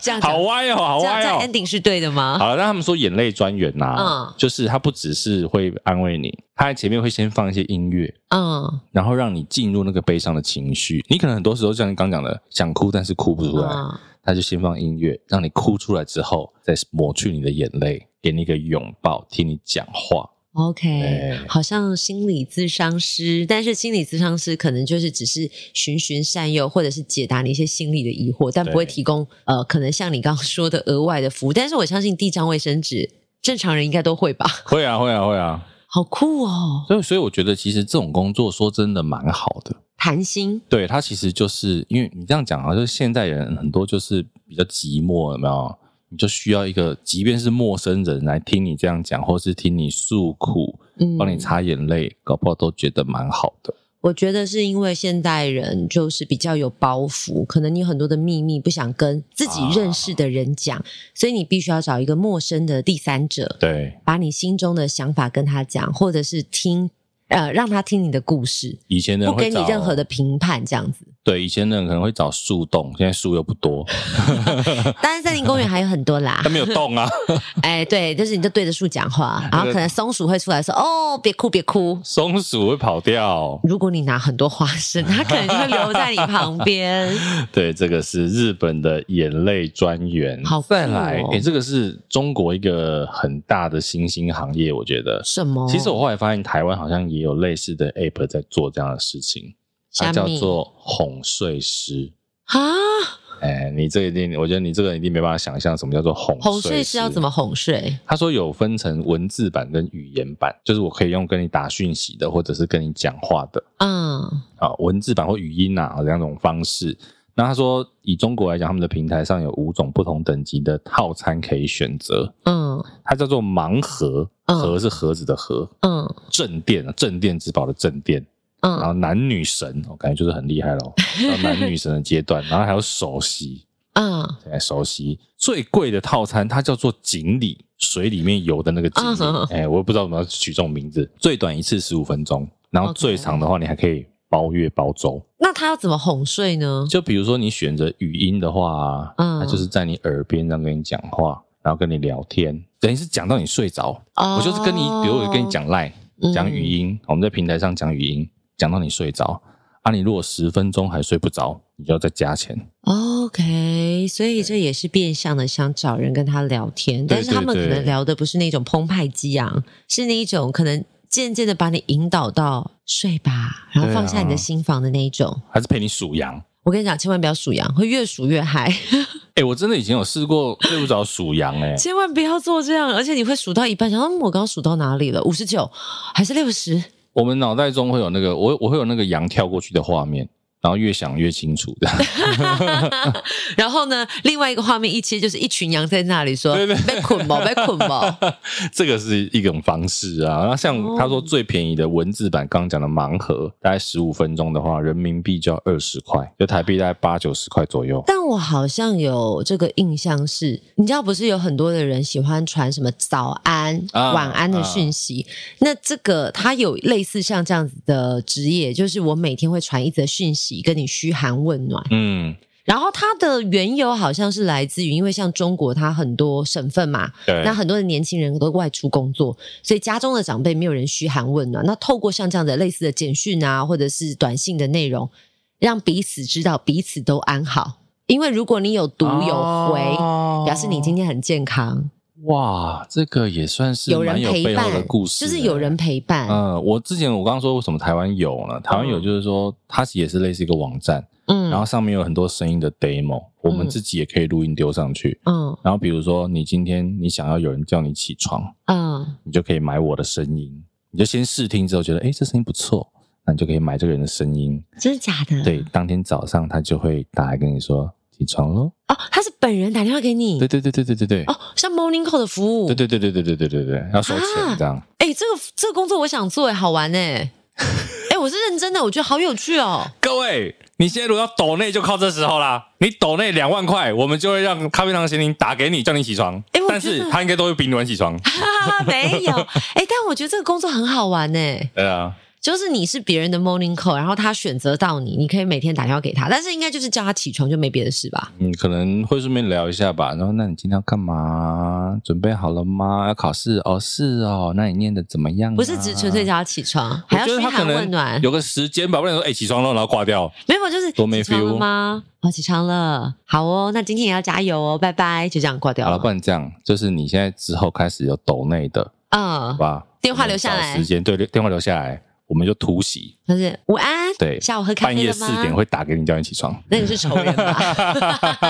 S3: 这样讲
S2: 好歪哦，好
S3: 这样
S2: 歪
S3: 这样
S2: 哦。
S3: ending 是对的吗？
S2: 好了，那他们说眼泪专员呐、啊
S3: 嗯
S2: 就是他不只是会安慰你，他在前面会先放一些音乐，
S3: 嗯
S2: 然后让你进入那个悲伤的情绪。你可能很多时候像你刚讲的，想哭但是哭不出来，
S3: 嗯，
S2: 他就先放音乐，让你哭出来之后，再抹去你的眼泪，给你一个拥抱，听你讲话。
S3: OK，
S2: 对
S3: 好像心理咨商师，但是心理咨商师可能就是只是循循善诱，或者是解答你一些心理的疑惑，但不会
S2: 对
S3: 提供呃，可能像你刚刚说的额外的服务。但是我相信第一张卫生纸，正常人应该都会吧？
S2: 会啊，会啊，会啊。
S3: 好酷哦，
S2: 所以，所以我觉得其实这种工作说真的蛮好的。
S3: 谈心，
S2: 对他其实就是因为你这样讲啊，就是现代人很多就是比较寂寞，有没有？你就需要一个，即便是陌生人来听你这样讲，或是听你诉苦，
S3: 嗯，
S2: 帮你擦眼泪，搞不好都觉得蛮好的。
S3: 我觉得是因为现代人就是比较有包袱，可能你有很多的秘密不想跟自己认识的人讲，所以你必须要找一个陌生的第三者，
S2: 对，
S3: 把你心中的想法跟他讲，或者是听呃让他听你的故事，
S2: 以前的人
S3: 不
S2: 会
S3: 给你
S2: 找哦
S3: 任何的评判 这样子。
S2: 对，以前的人可能会找树洞，现在树又不多，
S3: 当然，森林公园还有很多啦
S2: 它，没有洞啊，
S3: 哎，对，就是你就对着树讲 话，然后可能松鼠会出来说：“哦，别哭，别哭。”
S2: 松鼠会跑掉。
S3: 如果你拿很多花生，它可能就会留在你旁边。
S2: 对，这个是日本的眼泪专员。
S3: 好酷哦
S2: 再来，哎、这个是中国一个很大的新兴行业，我觉得。
S3: 什么？
S2: 其实我后来发现，台湾好像也有类似的 app 在做这样的事情，它
S3: 虾
S2: 叫
S3: 米
S2: 做哄睡师。
S3: 啊，
S2: 哎、你这一定，我觉得你这个一定没办法想象什么叫做哄
S3: 哄
S2: 睡
S3: 睡
S2: 师
S3: 是要怎么哄睡？
S2: 他说有分成文字版跟语言版，就是我可以用跟你打讯息的，或者是跟你讲话的
S3: 嗯，
S2: 啊，文字版或语音啊两种方式。那他说，以中国来讲，他们的平台上有五种不同等级的套餐可以选择，
S3: 嗯
S2: 它叫做盲盒，
S3: 嗯
S2: 盒是盒子的盒，
S3: 嗯
S2: 镇店啊，镇店之宝的镇店，然
S3: 嗯
S2: 后男女神，我感觉就是很厉害咯，到男女神的阶段，然后还有首席，
S3: 嗯
S2: 现在熟悉最贵的套餐，它叫做锦鲤，水里面游的那个锦鲤
S3: 嗯。
S2: 哎、我也不知道怎么取这种名字。最短一次十五分钟，然后
S3: OK
S2: 最长的话，你还可以包月包周。
S3: 那他要怎么哄睡呢？
S2: 就比如说你选择语音的话，
S3: 嗯
S2: 它就是在你耳边这样跟你讲话，然后跟你聊天，等于是讲到你睡着。我就是跟你，比如我跟你讲赖，
S3: 哦嗯
S2: 讲语音，我们在平台上讲语音，讲到你睡着。啊，你如果十分钟还睡不着，你就要再加钱。
S3: ，OK，所以这也是变相的想找人跟他聊天，
S2: 对
S3: 但是他们
S2: 对
S3: 可
S2: 对
S3: 能聊的不是那种澎湃激昂，是那一种可能渐渐的把你引导到睡吧，然后
S2: 对啊
S3: 放下你的心房的那一种。
S2: 还是陪你数羊，
S3: 我跟你讲，千万不要数羊，会越数越嗨，，
S2: 哎、我真的以前有试过睡不着数羊、欸，哎
S3: 千万不要做这样，而且你会数到一半，想嗯，我刚刚数到哪里了？五十九还是六十？
S2: 我们脑袋中会有那个，我我会有那个羊跳过去的画面，然后越想越清楚的。
S3: 然后呢，另外一个画面一切就是一群羊在那里说
S2: 对对
S3: 被捆吧，被捆吧。
S2: 这个是一种方式啊。那像
S3: 哦
S2: 他说最便宜的文字版，刚刚讲的盲盒，大概十五分钟的话，人民币就要二十块，就台币大概八九十块左右。
S3: 但我好像有这个印象是，你知道不是有很多的人喜欢传什么早安、
S2: 啊
S3: 晚安的讯息？那这个它有类似像这样子的职业，就是我每天会传一则讯息跟你嘘寒问暖。
S2: 嗯，
S3: 然后它的缘由好像是来自于，因为像中国它很多省份嘛，
S2: 对
S3: 那，很多的年轻人都外出工作，所以家中的长辈没有人嘘寒问暖。那透过像这样的类似的简讯啊，或者是短信的内容，让彼此知道彼此都安好。因为如果你有读有回，
S2: 哦
S3: 表示你今天很健康，
S2: 哇，这个也算是
S3: 有人
S2: 蛮有
S3: 陪
S2: 背后
S3: 伴，
S2: 的故事、欸
S3: 就是有人。陪伴。
S2: 嗯，我之前我刚刚说为什么台湾有呢？台湾有就是说，它也是类似一个网站，
S3: 嗯，
S2: 然后上面有很多声音的 demo，我们自己也可以录音丢上去。
S3: 嗯
S2: 然后比如说，你今天你想要有人叫你起床，
S3: 嗯
S2: 你就可以买我的声音，你就先试听之后觉得，哎，这声音不错，那你就可以买这个人的声音。
S3: 真的假的？
S2: 对，当天早上他就会打来跟你说起床喽。
S3: 哦，他是本人打电话给你
S2: 对对对对对对对，
S3: 哦，像 morning call 的服务。
S2: 对对对对对对对对对，要收
S3: 啊
S2: 钱这样。
S3: 哎、这个这个工作我想做，哎，好玩 哎。哎，我是认真的，我觉得好有趣哦。
S2: 各位，你现在如果要抖内，就靠这时候啦。你抖内两万块，我们就会让咖啡堂贤玲打给你，叫你起床。
S3: 诶我
S2: 但
S3: 觉
S2: 是
S3: 得
S2: 他应该都会比你晚起床。
S3: 哈哈， 没有，哎、但我觉得这个工作很好玩呢、
S2: 对啊，
S3: 就是你是别人的 morning call，然后他选择到你，你可以每天打电话给他，但是应该就是叫他起床，就没别的事吧？
S2: 嗯，可能会顺便聊一下吧。然后，那你今天要干嘛？准备好了吗？要考试哦，是哦。那你念的怎么样啊、
S3: 不是只纯粹叫他起床，
S2: 啊我
S3: 还
S2: 觉
S3: 要嘘
S2: 得他可
S3: 寒
S2: 能
S3: 问暖，
S2: 有个时间吧，不然说哎、起床了，然后挂掉。
S3: 没有就是
S2: 多没
S3: 起床
S2: feel
S3: 了吗？哦，起床了，好哦，那今天也要加油哦，拜拜，就这样挂掉
S2: 好了，
S3: 了
S2: 不。然这样，就是你现在之后开始有抖内的，
S3: 嗯
S2: 好，吧？
S3: 电话留下来
S2: 我们找时间对，电话留下来，我们就突袭。
S3: 他是午安，
S2: 对，
S3: 下午喝咖
S2: 半
S3: 啡
S2: 夜
S3: 了吗？
S2: 四点会打给你，叫你起床。
S3: 那个是仇人吧？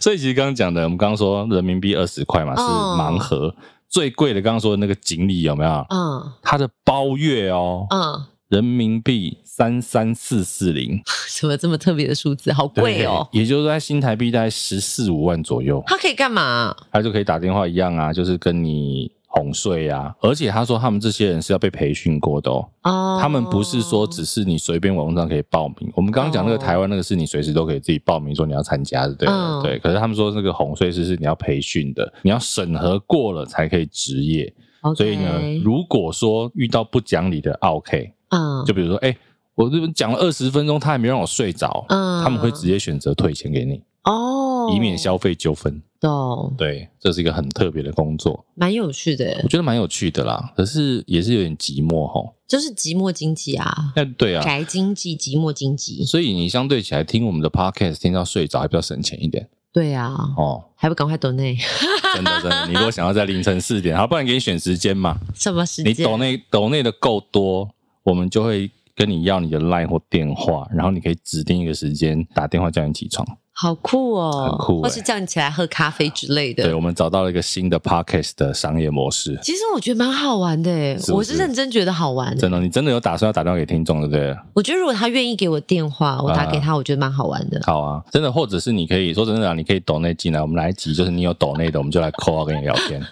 S2: 所以其实刚刚讲的，我们刚刚说人民币二十块嘛，是
S3: 哦
S2: 盲盒、最贵的。刚刚说的那个锦鲤有没有？
S3: 嗯
S2: 它的包月哦，
S3: 嗯，
S2: 人民币三三四四零，
S3: 怎么这么特别的数字，好贵哦！
S2: 对也就是说在新台币大概十四五万左右，
S3: 他可以干嘛？
S2: 他就可以打电话一样啊，就是跟你哄睡啊。而且他说他们这些人是要被培训过的哦，
S3: 哦，
S2: 他们不是说只是你随便网络上可以报名。我们刚刚讲那个
S3: 哦
S2: 台湾那个是你随时都可以自己报名说你要参加的，对
S3: 嗯
S2: 对。可是他们说那个红睡师是你要培训的，你要审核过了才可以执业。
S3: 哦 OK，
S2: 所以呢，如果说遇到不讲理的啊 OK，
S3: 嗯，
S2: 就比如说，哎，我这边讲了二十分钟，他还没让我睡着，
S3: 嗯
S2: 他们会直接选择退钱给你，
S3: 哦，
S2: 以免消费纠纷。
S3: 懂，
S2: 对，这是一个很特别的工作，
S3: 蛮有趣
S2: 我
S3: 的，
S2: 觉得蛮有趣的啦。可是也是有点寂寞吼。
S3: 就是寂寞经济啊，
S2: 那对啊，
S3: 宅经济、寂寞经济，
S2: 所以你相对起来听我们的 podcast 听到睡着还比较省钱一点
S3: 对啊，
S2: 哦，
S3: 还不赶快抖内？
S2: 真的真的。你如果想要在凌晨四点，好，不然给你选时间嘛，
S3: 什么时
S2: 你啊
S3: 间？
S2: 抖内抖内的够多，我们就会跟你要你的 line 或电话，然后你可以指定一个时间打电话叫你起床。
S3: 好酷哦，
S2: 很酷欸
S3: 或是叫你起来喝咖啡之类
S2: 对，
S3: 的。
S2: 我们找到了一个新的 podcast 的商业模式，
S3: 其实我觉得蛮好玩的欸，
S2: 是不
S3: 我
S2: 是
S3: 是认真觉得好玩。
S2: 真的，你真的有打算要打电话给听众，对不对了？
S3: 我觉得如果他愿意给我电
S2: 啊
S3: 话，我打给他，我觉得蛮好玩 的。
S2: 好啊，真的，或者是你可以说真的啊，你可以抖内进来，我们来一集，就是你有抖内的，我们就来 call 啊跟你聊 天。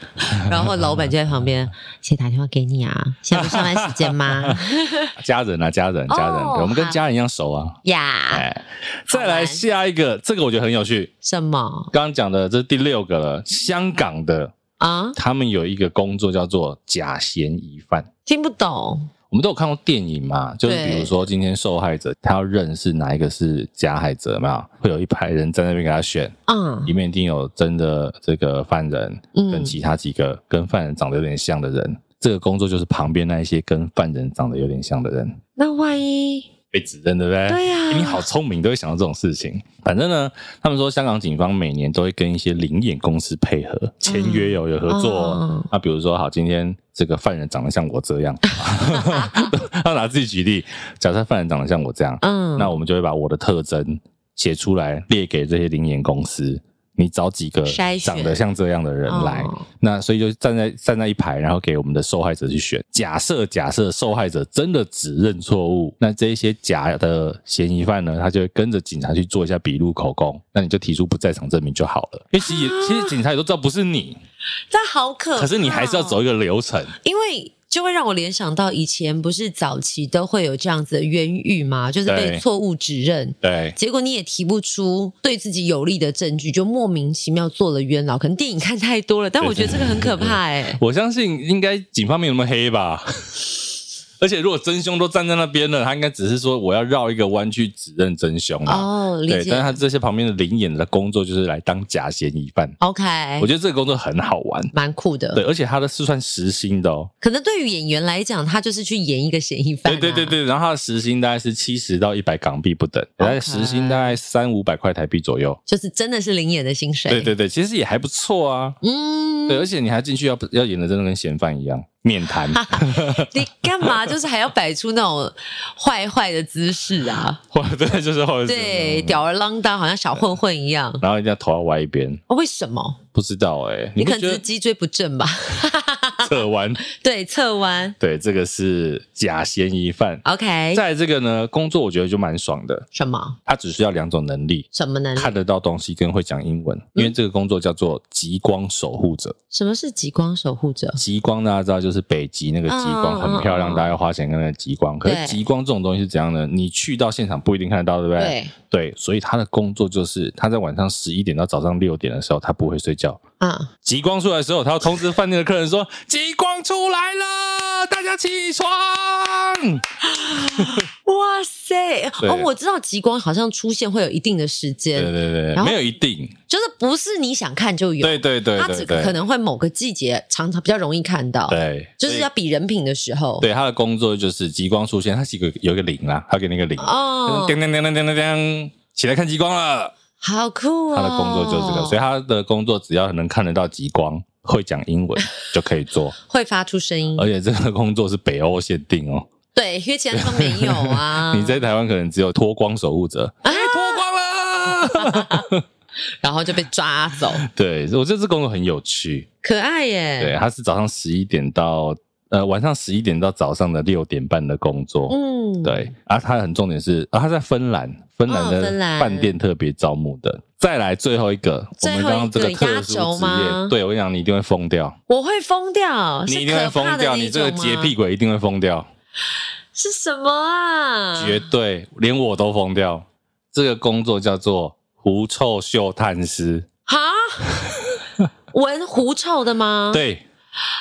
S3: 然后老板就在 旁边，谁打电话给你啊？现在不是上班时间吗？
S2: 家人啊，家人，家人，
S3: 哦
S2: 对我们跟
S3: 好
S2: 家人一样熟啊。
S3: 呀，
S2: 哎，再来下一个，这个我觉得很有趣。
S3: 什么
S2: 刚刚讲的这是第六个了，香港的
S3: 啊？
S2: 他们有一个工作叫做假嫌疑犯。
S3: 听不懂
S2: 我们都有看过电影嘛，就是
S3: 对
S2: 比如说今天受害者他要认识哪一个是加害者，有没有？会有一排人在那边给他选，
S3: 啊？
S2: 里面一定有真的这个犯人
S3: 嗯
S2: 跟其他几个跟犯人长得有点像的人。这个工作就是旁边那一些跟犯人长得有点像的人
S3: 那万一
S2: 被指认，对不对？
S3: 对啊呀
S2: 欸你好聪明，都会想到这种事情。反正呢，他们说香港警方每年都会跟一些灵眼公司配合签约有有合作哦
S3: 嗯。
S2: 那比如说，好，今天这个犯人长得像我这样， 他拿自己举例，假设犯人长得像我这样，
S3: 嗯，
S2: 那我们就会把我的特征写出来，列给这些灵眼公司。你找几个
S3: 筛选
S2: 长得像这样的人来，
S3: 哦
S2: 那所以就站在站在一排，然后给我们的受害者去选。假设假设受害者真的指认错误，那这一些假的嫌疑犯呢，他就会跟着警察去做一下笔录口供，那你就提出不在场证明就好了。因为其实也、其实警察也都知道不是你，
S3: 这好可怕哦
S2: 可是你还是要走，一个流程。
S3: 因为。就会让我联想到以前不是早期都会有这样子的冤狱嘛，就是
S2: 对
S3: 被错误指认，
S2: 对，
S3: 结果你也提不出对自己有利的证据，就莫名其妙坐了冤牢。可能电影看太多了，但我觉得这个很可怕哎、
S2: 我相信应该警方没有那么黑吧。 而且如果真凶都站在那边了，他应该只是说我要绕一个弯去指认真凶啊。
S3: 哦，理
S2: 对，但是
S3: 解。
S2: 他这些旁边的灵眼的工作就是来当假嫌疑犯。
S3: OK，
S2: 我觉得这个工作很好玩，
S3: 蛮酷
S2: 对，
S3: 的。
S2: 而且他的是算时薪的哦。
S3: 可能对于演员来讲，他就是去演一个嫌疑犯、
S2: 对
S3: 啊。
S2: 对对对，然后他的时薪大概是七十到一百港币不等，大
S3: OK
S2: 概时薪大概三五百块台币左右。
S3: 就是真的是零演的薪水。
S2: 对，对对，其实也还不错啊。
S3: 嗯，
S2: 对，而且你还进去要要演的真的跟嫌犯一样面 谈，
S3: 你干嘛就是还要摆出那种坏坏的姿势啊？
S2: 或者 对，就是或者 是
S3: 对，，吊儿郎当，好像小混混一样。
S2: 然后一定要头要歪一边，
S3: 哦为什么？
S2: 不知道哎、
S3: 你
S2: 不
S3: 可能
S2: 觉得
S3: 只是脊椎不正吧？
S2: 侧弯，
S3: 对，侧弯。
S2: 对，这个是假嫌疑犯。
S3: OK，
S2: 在这个呢，工作我觉得就蛮爽的，
S3: 什么
S2: 他只需要两种能力：
S3: 什么能力？嗯
S2: 看得到东西跟会讲英文。因为这个工作叫做极光守护者。
S3: 什么是极光守护者？
S2: 极光大家知道就是北极那个极光
S3: 嗯
S2: 很漂亮，
S3: 嗯嗯
S2: 大家要花钱看那个极光。可是
S3: 对
S2: 极光这种东西是怎样呢？你去到现场不一定看得到，对不对？
S3: 对，
S2: 对，所以他的工作就是他在晚上十一点到早上六点的时候，他不会睡觉，
S3: 啊，
S2: 极光出来的时候，他要通知饭店的客人说：“极光出来了，大家起床。
S3: 哇塞！
S2: 对
S3: 哦，我知道极光好像出现会有一定的时”
S2: 对对
S3: 间，
S2: 对对，
S3: 然后
S2: 没有一定，
S3: 就是不是你想看就有，
S2: 对对对
S3: 它
S2: 对
S3: 只
S2: 对，
S3: 可能会某个季节常常比较容易看到，
S2: 对，
S3: 就是要比人品的时候，
S2: 对他的工作就是极光出现，他是一个有一个铃啦，他给你一个铃，
S3: 哦，
S2: 叮叮叮叮叮叮叮，起来看极光了。
S3: 好酷哦！
S2: 他的工作就是这个，所以他的工作只要能看得到极光，会讲英文就就可以做，
S3: 会发出声音
S2: 而。且这个工作是北欧限定哦。
S3: 对，因为其他地方没有啊。
S2: 你在台湾可能只有脱光守护者，哎、脱光了。
S3: 然后就被抓 走，
S2: 对，我觉得这工作很有趣。
S3: 可爱耶。
S2: 对，啊它是早上十一点到呃晚上十一点到早上的六点半的工作。
S3: 嗯，
S2: 对，啊，它很重点是啊，它在芬兰，芬兰
S3: 哦芬
S2: 的
S3: 兰
S2: 饭店特别招募的。再来最后一个，我
S3: 最后
S2: 们
S3: 一个
S2: 刚刚这个特殊职
S3: 压轴吗
S2: 业，对我跟你讲，你一定会疯掉，
S3: 我会疯掉，
S2: 你
S3: 是
S2: 一定会
S3: 可怕
S2: 疯
S3: 的那
S2: 掉，
S3: 一
S2: 你这个
S3: 种
S2: 洁
S3: 吗
S2: 癖鬼一定会疯掉，
S3: 是什么啊？
S2: 绝对，连我都疯掉。这个工作叫做狐臭嗅探师，
S3: 哈，闻狐臭的吗？，
S2: 对，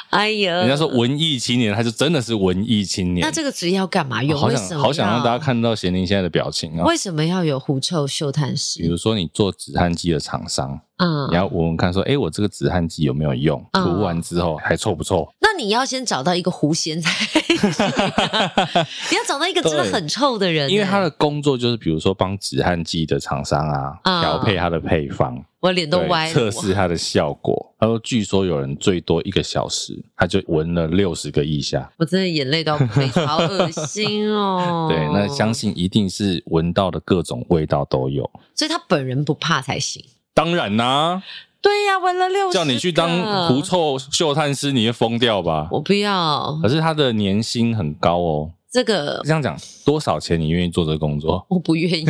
S3: 哎呀，
S2: 人家说文艺青年，他就真的是文艺青年。
S3: 那这个职业要干嘛用？
S2: 哦好
S3: 为什
S2: 想
S3: 么
S2: 好想让
S3: 要
S2: 大家看到贤玲现在的表情啊！
S3: 为什么要有狐臭嗅探
S2: 比
S3: 师？
S2: 如说，你做止汗剂的厂商，
S3: 嗯
S2: 你，要闻闻看，说，哎，我这个止汗剂有没有用？
S3: 嗯
S2: 涂完之后还臭不臭？
S3: 那你要先找到一个狐仙才行啊， 你要找到一个真的
S2: 对
S3: 很臭的人欸，
S2: 因为他的工作就是，比如说帮止汗剂的厂商啊，
S3: 嗯
S2: 调配它的配方，
S3: 我脸都
S2: 对
S3: 歪了，
S2: 测试它的效果。他说，据说有人最多一个小时，他就闻了六十个腋下。。
S3: 我真的眼泪都要飞，好恶心哦
S2: 对，那相，信一定是闻到的各种味道都有。
S3: 所以他本人不怕才行。
S2: 当然啦、
S3: 对呀、闻了六，
S2: 叫你去当狐，臭嗅探师，你会疯掉吧？
S3: 我不要
S2: 可是他的年薪很高哦。
S3: 这个
S2: 这，样讲，多少钱你愿意做这个工作？
S3: 我 不愿意，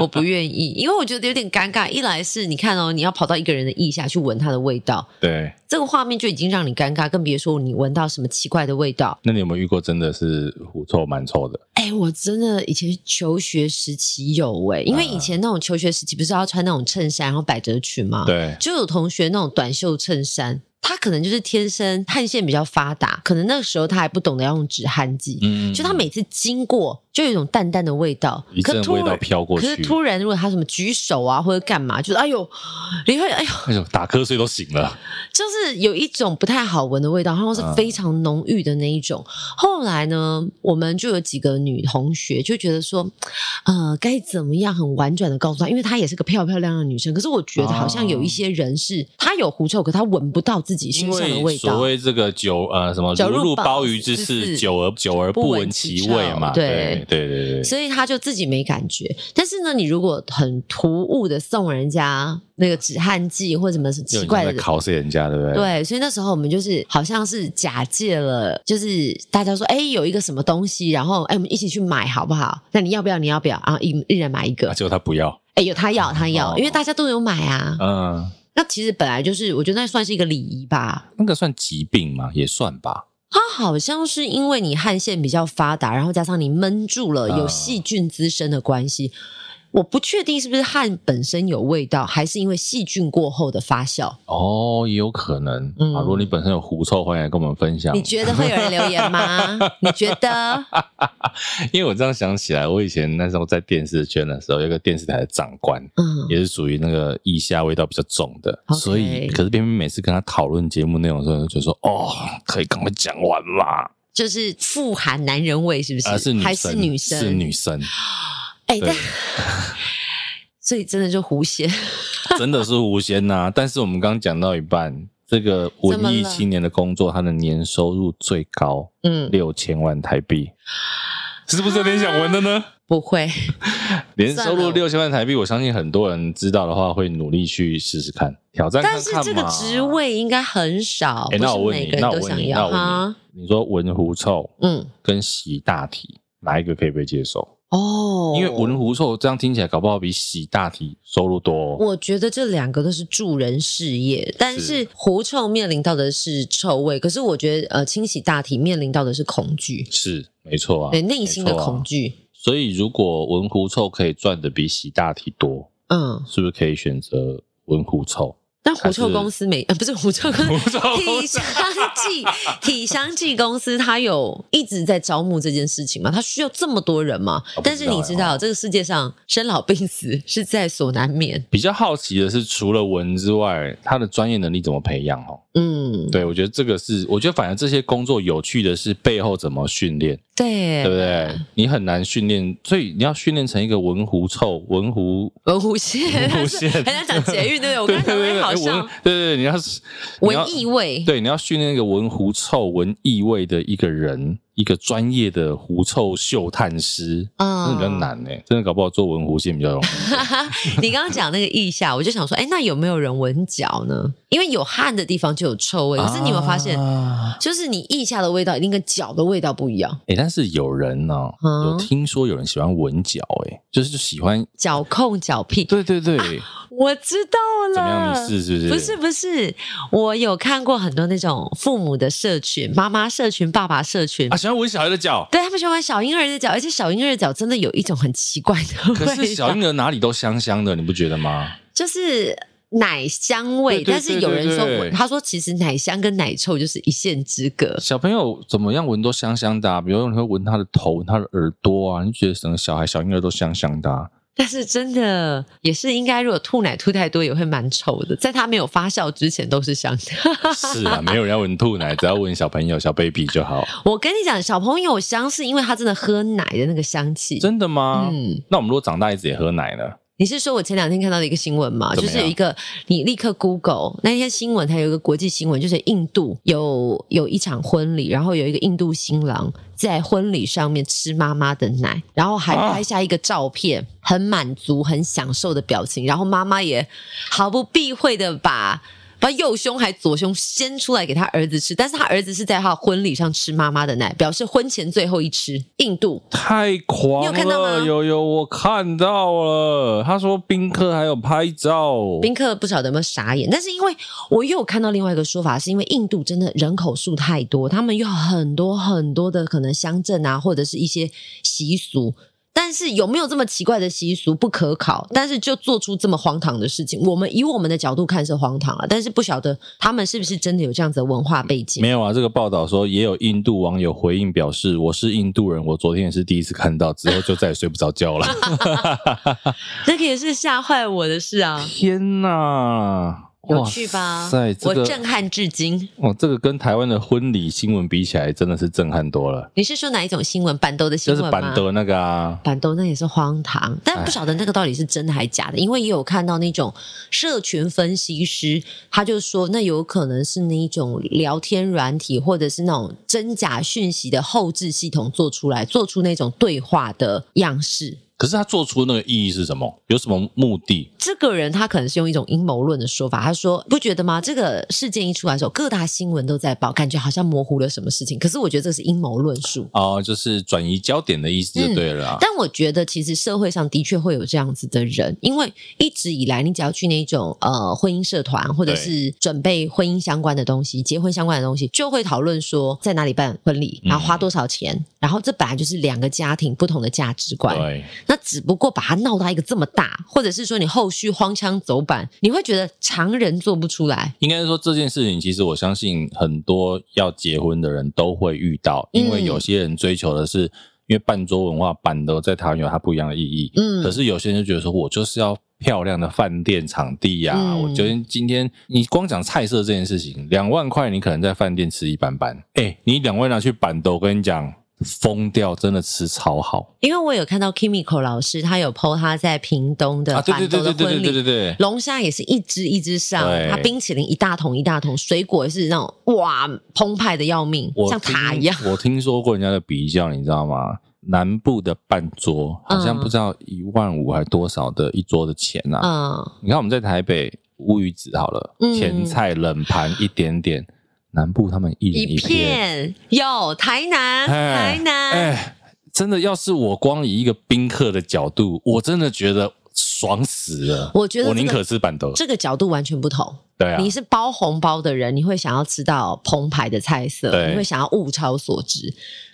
S3: 我不愿意，因为我觉得有点尴尬。一来是你看哦，你要跑到一个人的腋下去闻他的味道，
S2: 对，
S3: 这个画面就已经让你尴尬，更别说你闻到什么奇怪的味道。
S2: 那你有没有遇过真的是狐臭蛮臭的？
S3: 哎、我真的以前求学时期有哎、因为以前那种求学时期不是要穿那种衬衫，然后百褶裙吗？。
S2: 对，
S3: 就有同学那种短袖衬衫，他可能就是天生汗腺比较发达，可能那个时候他还不懂得要用止汗剂，
S2: 嗯
S3: 就他每次经过就有一种淡淡的味道
S2: 一，
S3: 可
S2: 阵
S3: 突
S2: 味
S3: 然
S2: 道飘过
S3: 可是
S2: 去，
S3: 突然如果他什么举手啊或者干嘛，就是哎呦，你会哎呦，
S2: 哎呦，打瞌睡都醒了。
S3: 就是有一种不太好闻的味道，然后是非常浓郁的那一种。后来呢，我们就有几个女同学就觉得说，呃，该怎么样很婉转的告诉她，因为她也是个漂漂亮亮的女生。可是我觉得好像有一些人是，她有狐臭，可她闻不到自己
S2: 因
S3: 身上的
S2: 为
S3: 味
S2: 所
S3: 道。
S2: 谓这个久呃什么
S3: 久
S2: 如
S3: 入
S2: 入
S3: 鲍
S2: 鲍鱼之
S3: 之
S2: 肆，
S3: 肆
S2: 久而久而不
S3: 不
S2: 闻
S3: 闻
S2: 其
S3: 其
S2: 味
S3: 臭
S2: 嘛。对
S3: 对
S2: 对对对，
S3: 所以她就自己没感觉，但是呢，你如果很突兀的送人家那个止汗剂或什么
S2: 有
S3: 奇
S2: 人
S3: 怪
S2: 在
S3: 的
S2: 考试人家，对不对？
S3: 对，所以那时候我们就是好像是假借了，就是大家说，哎、有一个什么东西，然后哎、我们一起去买好不好？那你要不要？你要不要？然后一一人买一个
S2: 啊，。结果他不要，
S3: 哎、有他要，他要，因为大家都有买啊。
S2: 嗯，
S3: 那其实本来就是，我觉得那算是一个礼仪吧。
S2: 那个算疾病吗？也算吧。
S3: 它好像是因为你汗腺比较发达，然后加上你闷住了，有
S2: 嗯
S3: 细菌滋生的关系。我不确定是不是汗本身有味道，还是因为细菌过后的发酵。
S2: 哦，也有可能。
S3: 嗯
S2: 啊，如果你本身有狐臭，欢迎来跟我们分享
S3: 你。觉得会有人留言吗？你觉得？
S2: 因为我这样想起来，我以前那时候在电视圈的时候，有一个电视台的长官，
S3: 嗯，
S2: 也是属于那个腋下味道比较重的
S3: OK
S2: 所以可是偏偏每次跟他讨论节目内容的时候，就说哦，可以赶快讲完嘛。
S3: 就是富含男人味，是不是？
S2: 啊，是女
S3: 还
S2: 生，
S3: 是女生？
S2: 是女生，
S3: 哎、
S2: 对
S3: 但所以真的就狐仙，
S2: 真的是狐仙呐、 但是我们刚刚讲到一半，这个文
S3: 怎么
S2: 艺
S3: 了
S2: 青年的工作，他的年收入最高
S3: 嗯，
S2: 六千万台币，是不是有点想闻的呢？
S3: 不会，
S2: 年收入
S3: 算了
S2: 六千万台币，我相信很多人知道的话，会努力去试试看，挑战看
S3: 但
S2: 看
S3: 是
S2: 嘛
S3: 这个职。位应该很少，
S2: 哎、那我
S3: 不
S2: 问
S3: 是每
S2: 你，
S3: 个
S2: 那
S3: 人
S2: 我
S3: 都
S2: 问
S3: 想
S2: 你，那
S3: 要
S2: 我问
S3: 哈。
S2: 你，你说闻狐臭
S3: 嗯，
S2: 跟洗大体哪一个可以被接受？
S3: 哦，
S2: 因为闻狐臭这样听起来，搞不好比洗大体收入多、哦。
S3: 我觉得这两个都是助人事业，但是狐臭面临到的是臭味，可是我觉得呃，清洗大体面临到的是恐惧，
S2: 是没错啊，
S3: 对内心的
S2: 没错啊
S3: 恐。惧。
S2: 所以，如果闻狐臭可以赚的比洗大体多，
S3: 嗯，
S2: 是不是可以选择闻狐臭？
S3: 那狐臭
S2: 还是
S3: 公司每呃不是狐臭公司，
S2: 狐臭公
S3: 体
S2: 司
S3: 香剂体香剂公司，它有一直在招募这件事情吗？它需要这么多人吗？
S2: 我不知道
S3: 但是你知道，
S2: 哦
S3: 这个世界上生老病死是在所难免。
S2: 比较好奇的是，除了闻之外，他的专业能力怎么培养？哦，
S3: 嗯，
S2: 对，我觉得这个是，我觉得反而这些工作有趣的是背后怎么训练，
S3: 对
S2: 对不对？你很难训练，所以你要训练成一个文狐臭、文狐
S3: 文湖线，
S2: 文湖线
S3: 很想讲捷运，对不对？我
S2: 对
S3: 刚
S2: 对
S3: 才讲
S2: 对，
S3: 的好
S2: 哎文
S3: 像
S2: 对对，对你要是你要
S3: 文艺味，
S2: 对，你要训练一个文狐臭、文艺味的一个人，一个专业的狐臭嗅探师，真
S3: 嗯
S2: 的比较。难呢、真的搞不好做文狐线比较容易。
S3: 你刚刚讲那个腋下，我就想说，哎，那有没有人闻脚呢？因为有汗的地方就有臭味，可是你有没有发现，
S2: 啊
S3: 就是你腋下的味道一定跟脚的味道不一样，
S2: 哎、但是有人呢、哦
S3: 嗯啊
S2: 有听说有人喜欢闻脚，哎，就是就喜欢，
S3: 脚控脚屁。
S2: 对对对，
S3: 我知道了，
S2: 怎么样？你是是不是？
S3: 不是不是，我有看过很多那种父母的社群，妈妈社群、爸爸社群，
S2: 啊，喜欢闻小孩的脚，
S3: 对他们喜欢玩小婴儿的脚，而且小婴儿的脚真的有一种很奇怪的味
S2: 可
S3: 道，
S2: 是小婴儿哪里都香香的，你不觉得吗？
S3: 就是奶香味。
S2: 对对
S3: 但是有人说
S2: 对对对
S3: 我，他说其实奶香跟奶臭就是一线之 隔。
S2: 小朋友怎么样闻都香香的、啊，比如你会闻他的头、闻他的耳朵啊，你就觉得整个小孩、小婴儿都香香的、 啊。
S3: 但是真的也是应该，如果吐奶吐太多也会蛮臭的，在它没有发酵之前都是香的。
S2: 是啊，没有人要闻吐奶，只要闻小朋友、小 baby 就好。
S3: 我跟你讲，小朋友香是因为他真的喝奶的那个香气。
S2: 真的吗？
S3: 嗯，
S2: 那我们如果长大一直也喝奶呢？
S3: 你是说我前两天看到的一个新闻吗？
S2: 怎么
S3: 就
S2: 样
S3: 是有一个你立刻 Google 那天新闻，它有一个国际新闻，就是印度有有一场婚礼，然后有一个印度新郎在婚礼上面吃妈妈的奶，然后还
S2: 啊
S3: 拍下一个照片，很满足、很享受的表情，然后妈妈也毫不避讳的把。把右胸还左胸伸出来给他儿子吃，但是他儿子是在他婚礼上吃妈妈的奶，表示婚前最后一吃。印度
S2: 太狂了！
S3: 你有看到吗
S2: 有有我看到了。他说宾客还有拍照，
S3: 宾客不晓得有没有傻眼，但是因为我又有看到另外一个说法，是因为印度真的人口数太多，他们有很多很多的可能乡镇啊，或者是一些习俗。但是有没有这么奇怪的习俗不可考，但是就做出这么荒唐的事情，我们以我们的角度看是荒唐啊，但是不晓得他们是不是真的有这样子的文化背景
S2: 没。有啊？这个报道说也有印度网友回应表示：“我是印度人，我昨天也是第一次看到，之后就再也睡不着觉了。
S3: 这个也是吓坏我的事”啊，
S2: 天哪！
S3: 有趣吧
S2: 哇？塞，这
S3: 我
S2: 个
S3: 震撼至今。
S2: 哇，这个跟台湾的婚礼新闻比起来，真的是震撼多了。
S3: 你是说哪一种新闻？板豆的新
S2: 就
S3: 闻
S2: 是
S3: 吗？
S2: 板德那个啊，
S3: 板豆那也是荒唐，但不晓得那个到底是真的还假的，因为也有看到那种社群分析师，他就说那有可能是那一种聊天软体或者是那种真假讯息的后置系统做出来，做出那种对话的样式。
S2: 可是他做出那个意义是什么？有什么目的？
S3: 这个人他可能是用一种阴谋论的说法，他说不觉得吗？这个事件一出来的时候，各大新闻都在报，感觉好像模糊了什么事情，可是我觉得这是阴谋论述。
S2: 哦，就是转移焦点的意思就对了啊。
S3: 但我觉得，其实社会上的确会有这样子的人，因为一直以来，你只要去那种呃婚姻社团，或者是准备婚姻相关的东西、结婚相关的东西，就会讨论说在哪里办婚礼，
S2: 嗯
S3: 然后花多少钱，然后这本来就是两个家庭不同的价值观。
S2: 对，
S3: 那只不过把它闹到一个这么大，或者是说你后续荒腔走板，你会觉得常人做不出来。
S2: 应该是说这件事情，其实我相信很多要结婚的人都会遇到，
S3: 嗯
S2: 因为有些人追求的是，因为半桌文化板的在台湾有它不一样的意义。
S3: 嗯
S2: 可是有些人就觉得说，我就是要漂亮的饭店场地呀、
S3: 嗯
S2: 我觉得今天你光讲菜色这件事情，两万块你可能在饭店吃一般般，哎、你两万拿去板的，我跟你讲，疯掉，真的吃超好
S3: 因为我有看到 Kimiko 老师，他有 PO 他在屏东的
S2: 啊！对对
S3: 板
S2: 对
S3: 豆
S2: 对
S3: 的
S2: 对
S3: 婚
S2: 对对对
S3: 礼
S2: 对。
S3: 龙虾也是一只一只上
S2: 对，
S3: 它冰淇淋一大桶一大桶，水果也是那种哇澎湃的要命
S2: 我，
S3: 像
S2: 听
S3: 塔一样。
S2: 我听说过人家的比较，你知道吗？南部的半桌好像
S3: 嗯
S2: 不知道一万五还多少的一桌的钱啊！
S3: 嗯，
S2: 你看我们在台北乌鱼子好了，
S3: 嗯
S2: 前菜冷盘一点点，南部他们一人
S3: 一
S2: 片。
S3: 片有台南，
S2: 哎
S3: 台南
S2: 哎，真的，要是我光以一个宾客的角度，我真的觉得爽死了。
S3: 我觉得
S2: 我宁
S3: 这个
S2: 可吃板豆，
S3: 这个角度完全不同。
S2: 对啊
S3: 你，是包红包的人，你会想要吃到澎湃的菜色，
S2: 对
S3: 你会想要物超所值。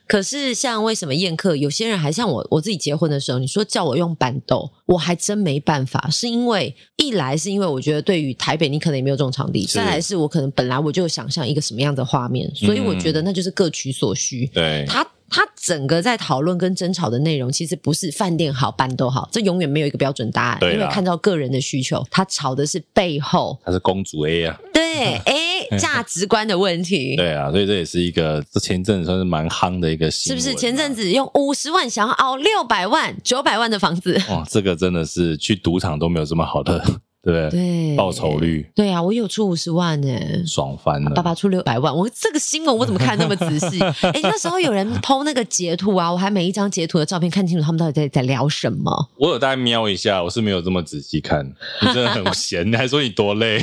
S3: 可是像为什么宴客，有些人还像我我自己结婚的时候，你说叫我用板豆，我还真没办法，是因为一来是因为我觉得对于台北你可能也没有这种场地，
S2: 是嗯
S3: 再来是我可能本来我就有想象一个什么样的画面，所以我觉得那就是各取所需。
S2: 对，
S3: 他他整个在讨论跟争吵的内容，其实不是饭店好、班都好，这永远没有一个标准答案，
S2: 对啦
S3: 因为看到个人的需求，他吵的是背后
S2: 她是公主 A 啊，
S3: 对哎价值观的问题。
S2: 嗯对啊，所以这也是一个这前阵子算是蛮夯的一个新
S3: 是
S2: 闻
S3: 不
S2: 啊，
S3: 是前阵子用五十万想要熬六百万、九百万的房子？
S2: 哇，这个真的是去赌场都没有这么好的， 对不对？
S3: 对，
S2: 报酬率
S3: 对啊，我有出五十万呢、
S2: 爽翻了，
S3: 爸爸出六百万，我这个新闻我怎么看那么仔 细？哎、那时候有人剖那个截图啊，我还每一张截图的照片看清楚他们到底在在聊什么。
S2: 我有大概瞄一下，我是没有这么仔细 看。你真的很闲，你还说你多累？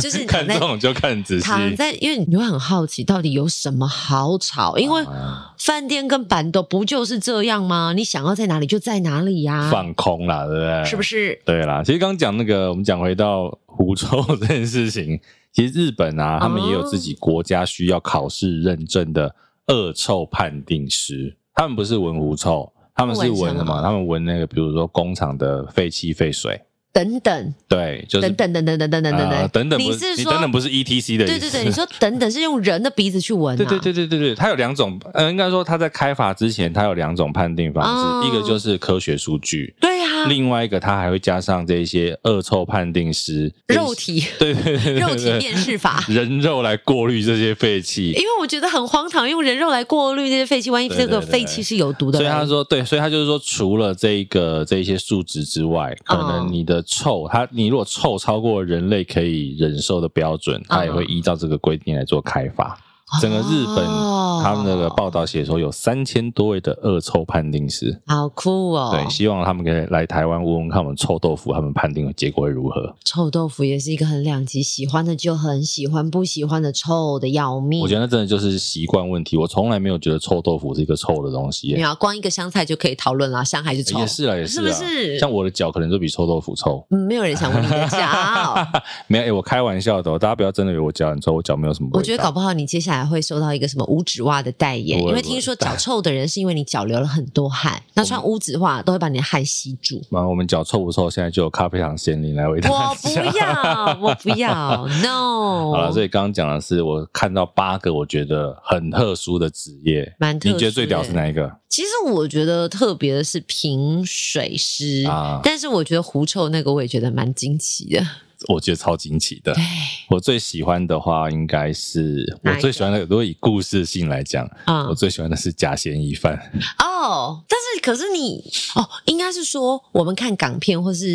S3: 就是 躺
S2: 看
S3: 在
S2: 这种就看仔细。
S3: 躺在，因为你会很好奇到底有什么好吵，因为
S2: 啊
S3: 饭店跟板豆不就是这样吗？你想要在哪里就在哪里呀、
S2: 放哎空啦，对不对？
S3: 是不
S2: 是？
S3: 是？
S2: 对啦，其实刚刚讲那个，我们讲回到湖州这件事情，其实日本啊，他们也有自己国家需要考试认证的恶臭判定师，他们不是闻狐臭，他们是闻什
S3: 闻什么
S2: 么？他们闻那个，比如说工厂的废气、废水，
S3: 等等
S2: 对，就是
S3: 等等等等等等等等
S2: 呃等等不
S3: 你
S2: 是
S3: 是
S2: 你
S3: 说
S2: 等等不是 E T C 的意
S3: 对
S2: 思，
S3: 对对，你说等等是用人的鼻子去闻、啊，
S2: 对对对对对对，它有两种，呃，应该说它在开发之前，它有两种判定方
S3: 哦
S2: 式，一个就是科学数据，
S3: 对啊呀、
S2: 另外一个它还会加上这一些恶臭判定师，
S3: 肉体
S2: 对对对对对
S3: 肉体辨 识法。
S2: 人肉来过滤这些废气。
S3: 因为我觉得很荒唐，用人肉来过滤那些废气，万一
S2: 对
S3: 这个
S2: 对对
S3: 废气是有毒的
S2: 所以
S3: 嘞，
S2: 他说，对，所以他就是说，除了这一个这一些数值之外，可
S3: 哦
S2: 能你的臭，它你如果臭超过人类可以忍受的标
S3: 哦
S2: 准，它也会依照这个规定来做开发。整个日本，
S3: 哦
S2: 他们那个报道写说有三千多位的恶臭判定师，
S3: 好酷哦。
S2: 对，希望他们可以来台湾问问看我们臭豆腐他们判定的结果会如何。
S3: 臭豆腐也是一个很两极，喜欢的就很喜欢，不喜欢的臭的要命。
S2: 我觉得那真的就是习惯问题，我从来没有觉得臭豆腐是一个臭的东西耶、
S3: 没有，啊光一个香菜就可以讨论啦，香还是臭？
S2: 也是啦，也是啊
S3: 是
S2: 啦，
S3: 不是
S2: 像我的脚可能就比臭豆腐臭。
S3: 嗯没有人想问你的 哦脚。
S2: 没有，哎、我开玩笑的、哦，大家不要真的以为我脚很臭，我脚没有什么味道。
S3: 我觉得搞不好你接下来会受到一个什么五指袜的代言，
S2: 不会
S3: 因为听说脚臭的人是因为你脚流了很多 汗，那穿五指袜都会把你的汗吸住。
S2: 那我们脚臭不臭？现在就有咖啡糖仙灵来回答
S3: 我
S2: 一
S3: 不
S2: 下。
S3: 要，我不 要，no。
S2: 好了，所以刚刚讲的是我看到八个我觉得很特殊的职业，
S3: 蛮特殊的
S2: 你觉得最屌是哪一个？
S3: 其实我觉得特别的是平水师，
S2: 啊
S3: 但是我觉得狐臭那个我也觉得蛮惊奇的。
S2: 我觉得超惊奇的
S3: 对。
S2: 我最喜欢的话应该是我
S3: 哪一个
S2: 最喜欢的，如果以故事性来讲，
S3: 啊
S2: 我最喜欢的是假嫌疑犯。
S3: 哦，但是可是你哦，应该是说我们看港片或是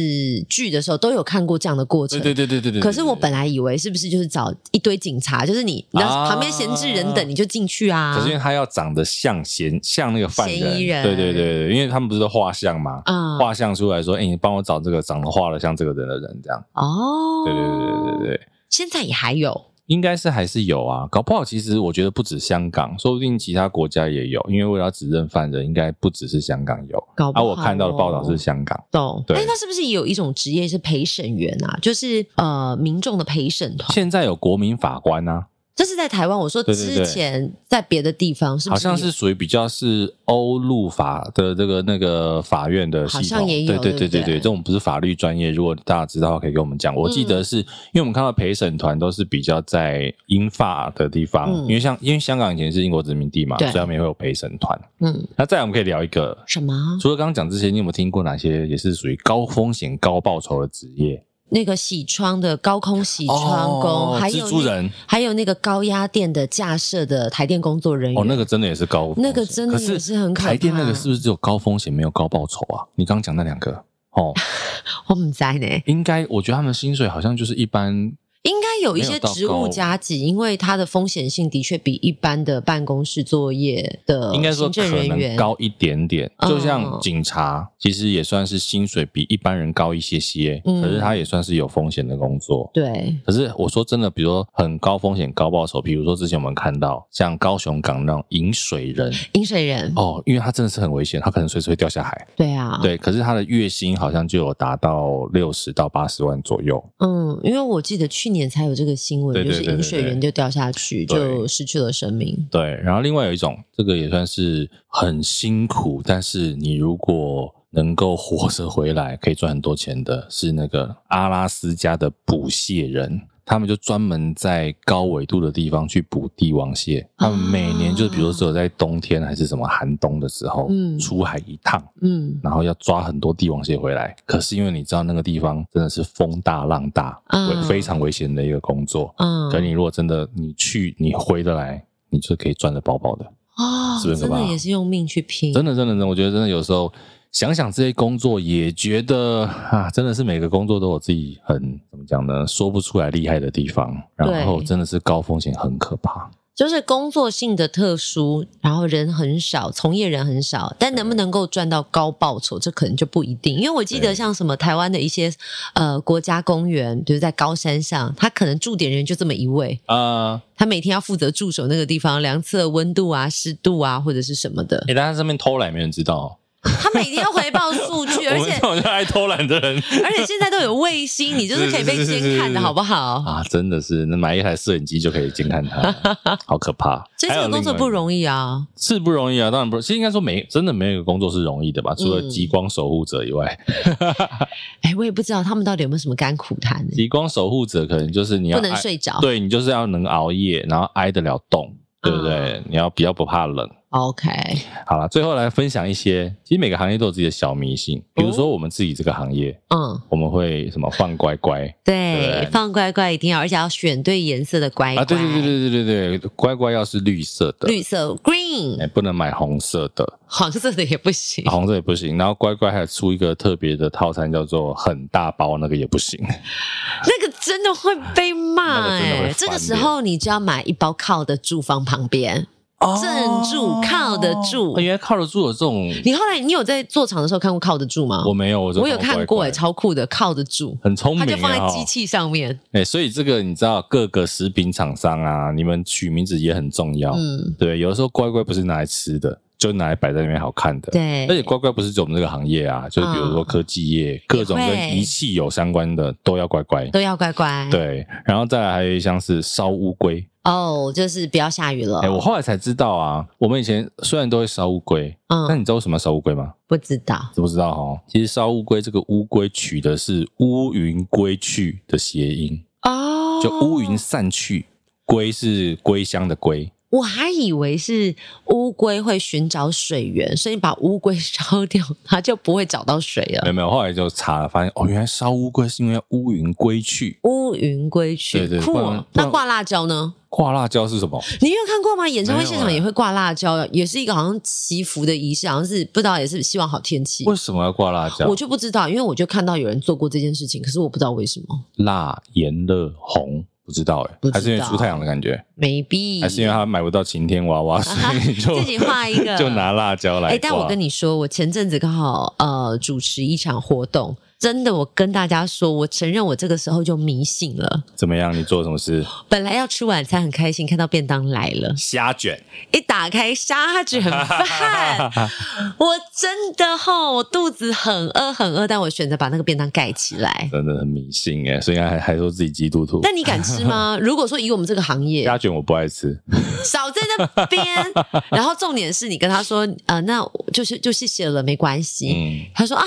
S3: 剧的时候都有看过这样的过程。
S2: 对对对对对对。
S3: 可是我
S2: 对
S3: 本来以为是不是就是找一堆警察，就是你，
S2: 啊
S3: 然后旁边闲置人等，你就进去啊。
S2: 可是因为他要长得像嫌像那个犯人，
S3: 嫌疑人
S2: 对对对对，因为他们不是都画像嘛，
S3: 啊，
S2: 画像出来说，哎、你帮我找这个长得画的像这个人的人，这样，
S3: 哦，
S2: 对对对对对对，
S3: 现在也还有
S2: 应该是还是有啊，搞不好其实我觉得不止香港，说不定其他国家也有，因为为了要指认犯人，应该不只是香港有，
S3: 搞不
S2: 啊，
S3: 好哦
S2: 我看到的报道是香港，
S3: 懂。
S2: 对
S3: 哎，那是不是也有一种职业是陪审员啊？就是呃，民众的陪审团。
S2: 现在有国民法官啊，
S3: 这是在台湾，我说
S2: 对对
S3: 之
S2: 对
S3: 前在别的地方是不
S2: 好
S3: 是
S2: 像是属于比较是欧陆法的这个那个法院的系统，
S3: 好像也
S2: 对
S3: 有
S2: 对
S3: 对不
S2: 对
S3: 对
S2: 对，这种不是法律专业，如果大家知道的话可以跟我们讲。我记
S3: 嗯
S2: 得是、因为我们看到陪审团都是比较在英法的地方，
S3: 嗯
S2: 因为像因为香港以前是英国殖民地嘛，
S3: 对
S2: 所以他们也会有陪审团。
S3: 嗯
S2: 那再来我们可以聊一个，
S3: 什么
S2: 除了刚刚讲这些，你有没有听过哪些也是属于高风险高报酬的职业？
S3: 那个洗窗的高空洗窗工，
S2: 哦
S3: 还有
S2: 蜘蛛
S3: 那
S2: 人
S3: 还有那个高压电的架设的台电工作人员，
S2: 哦，那个真的也是高风险，
S3: 哎那个真的
S2: 可
S3: 也是很可怕
S2: 台电那个是不是只有高风险没有高报酬啊？你刚刚讲那两个 哦。
S3: 我们在呢，
S2: 应该，我觉得他们薪水好像就是一般，
S3: 应该有一些职务加急，因为它的风险性的确比一般的办公室作业的
S2: 应该说
S3: 行
S2: 可
S3: 政人
S2: 能
S3: 员
S2: 高一点点。
S3: 嗯
S2: 就像警察，其实也算是薪水比一般人高一些些，
S3: 嗯
S2: 可是他也算是有风险的工作。
S3: 对
S2: 可是我说真的，比如说很高风险高报酬，比如说之前我们看到像高雄港那种饮水 人
S3: 饮水人，
S2: 哦，因为他真的是很危险，他可能随时会掉下海。
S3: 对啊，
S2: 对，可是他的月薪好像就有达到六十到八十万左右。
S3: 嗯，因为我记得去年才有这个新闻，
S2: 对对
S3: 就是
S2: 对对
S3: 饮水人就掉下去，
S2: 对
S3: 就失去了生命。
S2: 对，然后另外有一种，这个也算是很辛苦，但是你如果能够活着回来，可以赚很多钱的，是那个阿拉斯加的捕蟹人。他们就专门在高纬度的地方去捕帝王蟹。他们每年就是，比如说只有在冬天还是什么寒冬的时候，
S3: 嗯
S2: 出海一趟，
S3: 嗯
S2: 然后要抓很多帝王蟹回来。可是因为你知道那个地方真的是风大浪大，
S3: 嗯
S2: 危非常危险的一个工作。
S3: 嗯，
S2: 可你如果真的你去，你回得来，你就可以赚得饱饱的。
S3: 哦，
S2: 是不是很
S3: 真
S2: 可
S3: 的
S2: 怕
S3: 也是用命去拼，
S2: 真的，真的，真的，我觉得真的有时候想想这些工作，也觉得啊，真的是每个工作都有自己很怎么讲呢，说不出来厉害的地方。然后
S3: 对
S2: 真的是高风险，很可怕。
S3: 就是工作性的特殊，然后人很少，从业人很少，但能不能够赚到高报酬，这可能就不一定。因为我记得
S2: 对
S3: 像什么台湾的一些呃国家公园，比如在高山上，他可能驻点人就这么一位，
S2: 啊、
S3: 他每天要负责驻守那个地方，量测温度啊、湿度啊，或者是什么的
S2: 诶，，但他上面偷懒没人知道 哦，
S3: 他每天要回 报数据，而
S2: 我们
S3: 且
S2: 这种就爱偷懒的人
S3: 而且现在都有卫星，你就是可以被
S2: 是是是是
S3: 监看的
S2: 是
S3: 好不好？
S2: 啊，真的是，那买一台摄影机就可以监看 他，好可怕。
S3: 所以这
S2: 还有
S3: 个工
S2: 另
S3: 作
S2: 外一
S3: 不容易啊，
S2: 是不容易啊，当然不，其实应该说没，真的没有一个工作是容易的吧，除了
S3: 嗯
S2: 极光守护者以外。
S3: 哎，我也不知道他们到底有没有什么甘苦谈呢，
S2: 极光守护者可能就是你要
S3: 不能
S2: 挨
S3: 睡着。
S2: 对你就是要能熬夜，然后挨得了冻，
S3: 啊
S2: 对不对？你要比较不怕冷。
S3: ，OK，
S2: 好了，最后来分享一些，其实每个行业都有自己的小迷
S3: 哦
S2: 信，比如说我们自己这个行业，
S3: 嗯，
S2: 我们会什么放乖乖。
S3: 对，
S2: 对
S3: 放乖乖一定要，而且要选对颜色的乖乖。
S2: 啊，对对对对对对对，乖乖要是绿色的，
S3: 绿色
S2: 哎、哦
S3: green，
S2: 不能买红色的，
S3: 黄色的也不行。
S2: 红色也不行。然后乖乖还出一个特别的套餐，叫做很大包，那个也不行。
S3: 那个真的会被骂
S2: 那个真的
S3: 哎、
S2: 会翻脸哦
S3: 这个时候你就要买一包靠得住放旁边，正住靠得住
S2: 哦原来靠得住有这种，
S3: 你后来你有在做厂的时候看过靠得住吗？
S2: 我没有，我只
S3: 啊我有看过哎、
S2: 乖乖
S3: 超酷的，靠得住，
S2: 很聪明、
S3: 它
S2: 啊，
S3: 就放在
S2: 哦
S3: 机器上面。
S2: 哎、所以这个你知道，各个食品厂商啊，你们取名字也很重要。
S3: 嗯，
S2: 对，有的时候乖乖不是拿来吃的，就拿来摆在那边好看的。，
S3: 对，
S2: 而且乖乖不是只有我们这个行业啊，就是比如说科技业，各种
S3: 也
S2: 跟
S3: 会
S2: 仪器有相关的都要乖乖。
S3: 都要乖乖。
S2: 对，然后再来还有一项是烧乌龟。
S3: 哦，就是不要下雨了。
S2: 哎、我后来才知道啊，我们以前虽然都会烧乌龟，但
S3: 嗯，
S2: 你知道为什么要烧乌龟吗？
S3: 不知道
S2: 知不知道哦？其实烧乌龟这个乌龟取的是乌云归去的谐音。
S3: 哦，
S2: 就乌云散去，龟是归乡的龟，
S3: 我还以为是乌龟会寻找水源，所以把乌龟 烧掉，它就不会找到水
S2: 没有
S3: 了。
S2: 没有，后来就查了，发现哦，原来烧乌龟是因为乌云归去。
S3: 乌云归去，
S2: 对对
S3: 酷
S2: 不
S3: 哦、
S2: 然不然
S3: 那挂辣椒呢？
S2: 挂辣椒是什么？
S3: 你没有看过吗？演唱会现场
S2: 没有啊
S3: 也会挂辣椒，也是一个好像祈福的仪式，好像是不知道也是希望好天气。
S2: 为什么要挂辣椒
S3: 我？就不知道，因为我就看到有人做过这件事情，可是我不知道为什么。
S2: 辣、盐、热、红，不知道哎、
S3: 不知道
S2: 还是因为出太阳的感觉，
S3: maybe
S2: 还是因为他买不到晴天娃娃，所以就
S3: 啊 自己画一个
S2: 就拿辣椒来
S3: 哎、
S2: 挂。
S3: 但我跟你说，我前阵子刚好呃主持一场活动，真的，我跟大家说，我承认我这个时候就迷信了。
S2: 怎么样？你做了什么事？
S3: 本来要吃晚餐很开心，看到便当来了，
S2: 虾卷，
S3: 一打开沙卷饭，我真的吼，我肚子很饿很饿，但我选择把那个便当盖起来。
S2: 真的很迷信哎、所以还还说自己基督徒。
S3: 但你敢吃吗？如果说以我们这个行业，
S2: 虾卷我不爱吃，
S3: 少在那边，然后重点是你跟他说，呃，那我就是就谢谢了，没关系。
S2: 嗯，
S3: 他说啊，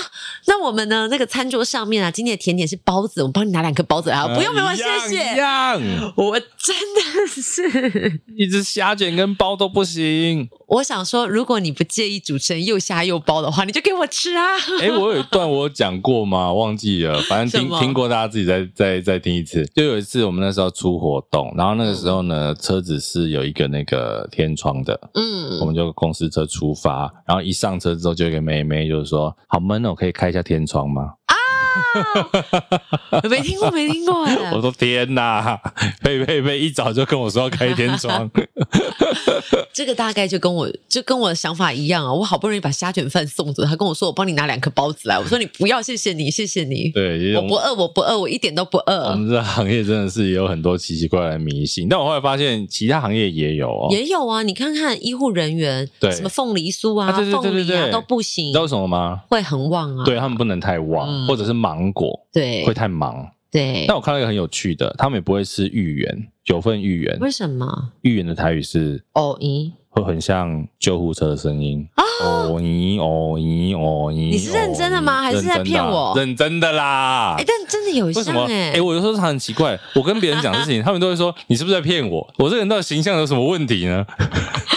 S3: 那我们呢？那个餐桌上面啊，今天的甜点是包子，我帮你拿两个包子来好啊不用，不用，
S2: 一
S3: 谢
S2: 样呃一
S3: 谢。
S2: 样，
S3: 我真的是，
S2: 一只虾卷跟包都不行。
S3: 我想说，如果你不介意主持人又虾又包的话，你就给我吃 啊。
S2: 哎、我有一段我有讲过吗？忘记了，反正
S3: 什
S2: 听
S3: 么
S2: 听过，大家自己再再再听一次。就有一次我们那时候出活动，然后那个时候呢，车子是有一个那个天窗的，我
S3: 嗯，
S2: 们就公司车出发，然后一上车之后，就有一个妹妹就是说：“好闷哦，可以开一下天窗吗
S3: 没听过，没 听过、？”哎
S2: 我说：“天哪，佩佩佩一早就跟我说要开天 窗，
S3: 这个大概就跟我就跟我的想法一样啊。我好不容易把虾卷饭送走，他跟我说我帮你拿两颗包子来，我说你不要，谢谢你，谢谢你。
S2: 对，嗯因为
S3: 我
S2: 我们
S3: 不饿，我不饿，我一点都不
S2: 我
S3: 饿。
S2: 们这个行业真的是也有很多奇奇怪怪的迷信，但我后来发现其他行业也有哦。
S3: 也有啊，你看看医护人员，
S2: 对
S3: 什么凤梨酥啊、
S2: 啊对对对
S3: 凤梨
S2: 对
S3: 啊
S2: 对
S3: 都不
S2: 你
S3: 行
S2: 知道，为什么吗？
S3: 会很旺啊。
S2: 对他们不能太旺，
S3: 嗯
S2: 或者是芒果
S3: 对
S2: 会太忙。
S3: 对
S2: 但我看到一个很有趣的，他们也不会吃芋圆，九份芋圆，
S3: 为什么？
S2: 芋圆的台语是
S3: 哦咦，
S2: 会很像救护车的声音哦咦哦咦哦咦。
S3: 啊你是认真的
S2: 哦
S3: 吗
S2: 咦
S3: 还是在
S2: 认真的
S3: 骗我
S2: 认真的啦。
S3: 哎，但真的有
S2: 啊为什
S3: 像
S2: 么？
S3: 哎、
S2: 哎、我有时候很奇怪，我跟别人讲事 情，他们都会说你是不是在骗我？我这个人到底形象有什么问题呢？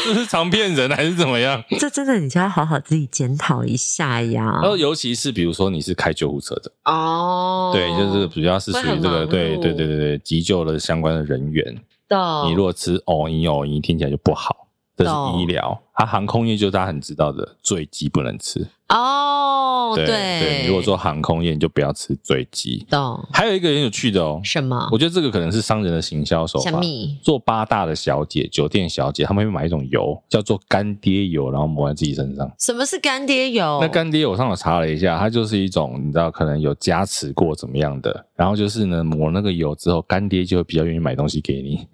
S2: 是不是常骗人还是怎么样？
S3: 这真的你就要好好自己检讨一下呀
S2: 然。后尤其是比如说你是开救护车的，
S3: 哦，
S2: 对，就是主要是属
S3: 会
S2: 于
S3: 很
S2: 这个
S3: 忙哦
S2: 对
S3: 碌
S2: 对对对对急救的相关的人员，
S3: 的。
S2: 你如果吃哦咦哦咦，听起来就不好，这是
S3: 懂
S2: 医疗。它航空业就是大家很知道的醉鸡不能吃，
S3: 哦，
S2: 对
S3: 对，
S2: 你如果做航空业，你就不要吃醉鸡。
S3: 懂
S2: 还有一个很有趣的哦，
S3: 什么
S2: 我觉得这个可能是商人的行销手
S3: 小
S2: 法。
S3: 米
S2: 做八大的小姐、酒店小姐，他们会买一种油，叫做干爹油，然后抹在自己身上。
S3: 什么是干爹油？
S2: 那干爹我上网查了一下，它就是一种你知道可能有加持过怎么样的，然后就是呢抹那个油之后，干爹就会比较愿意买东西给你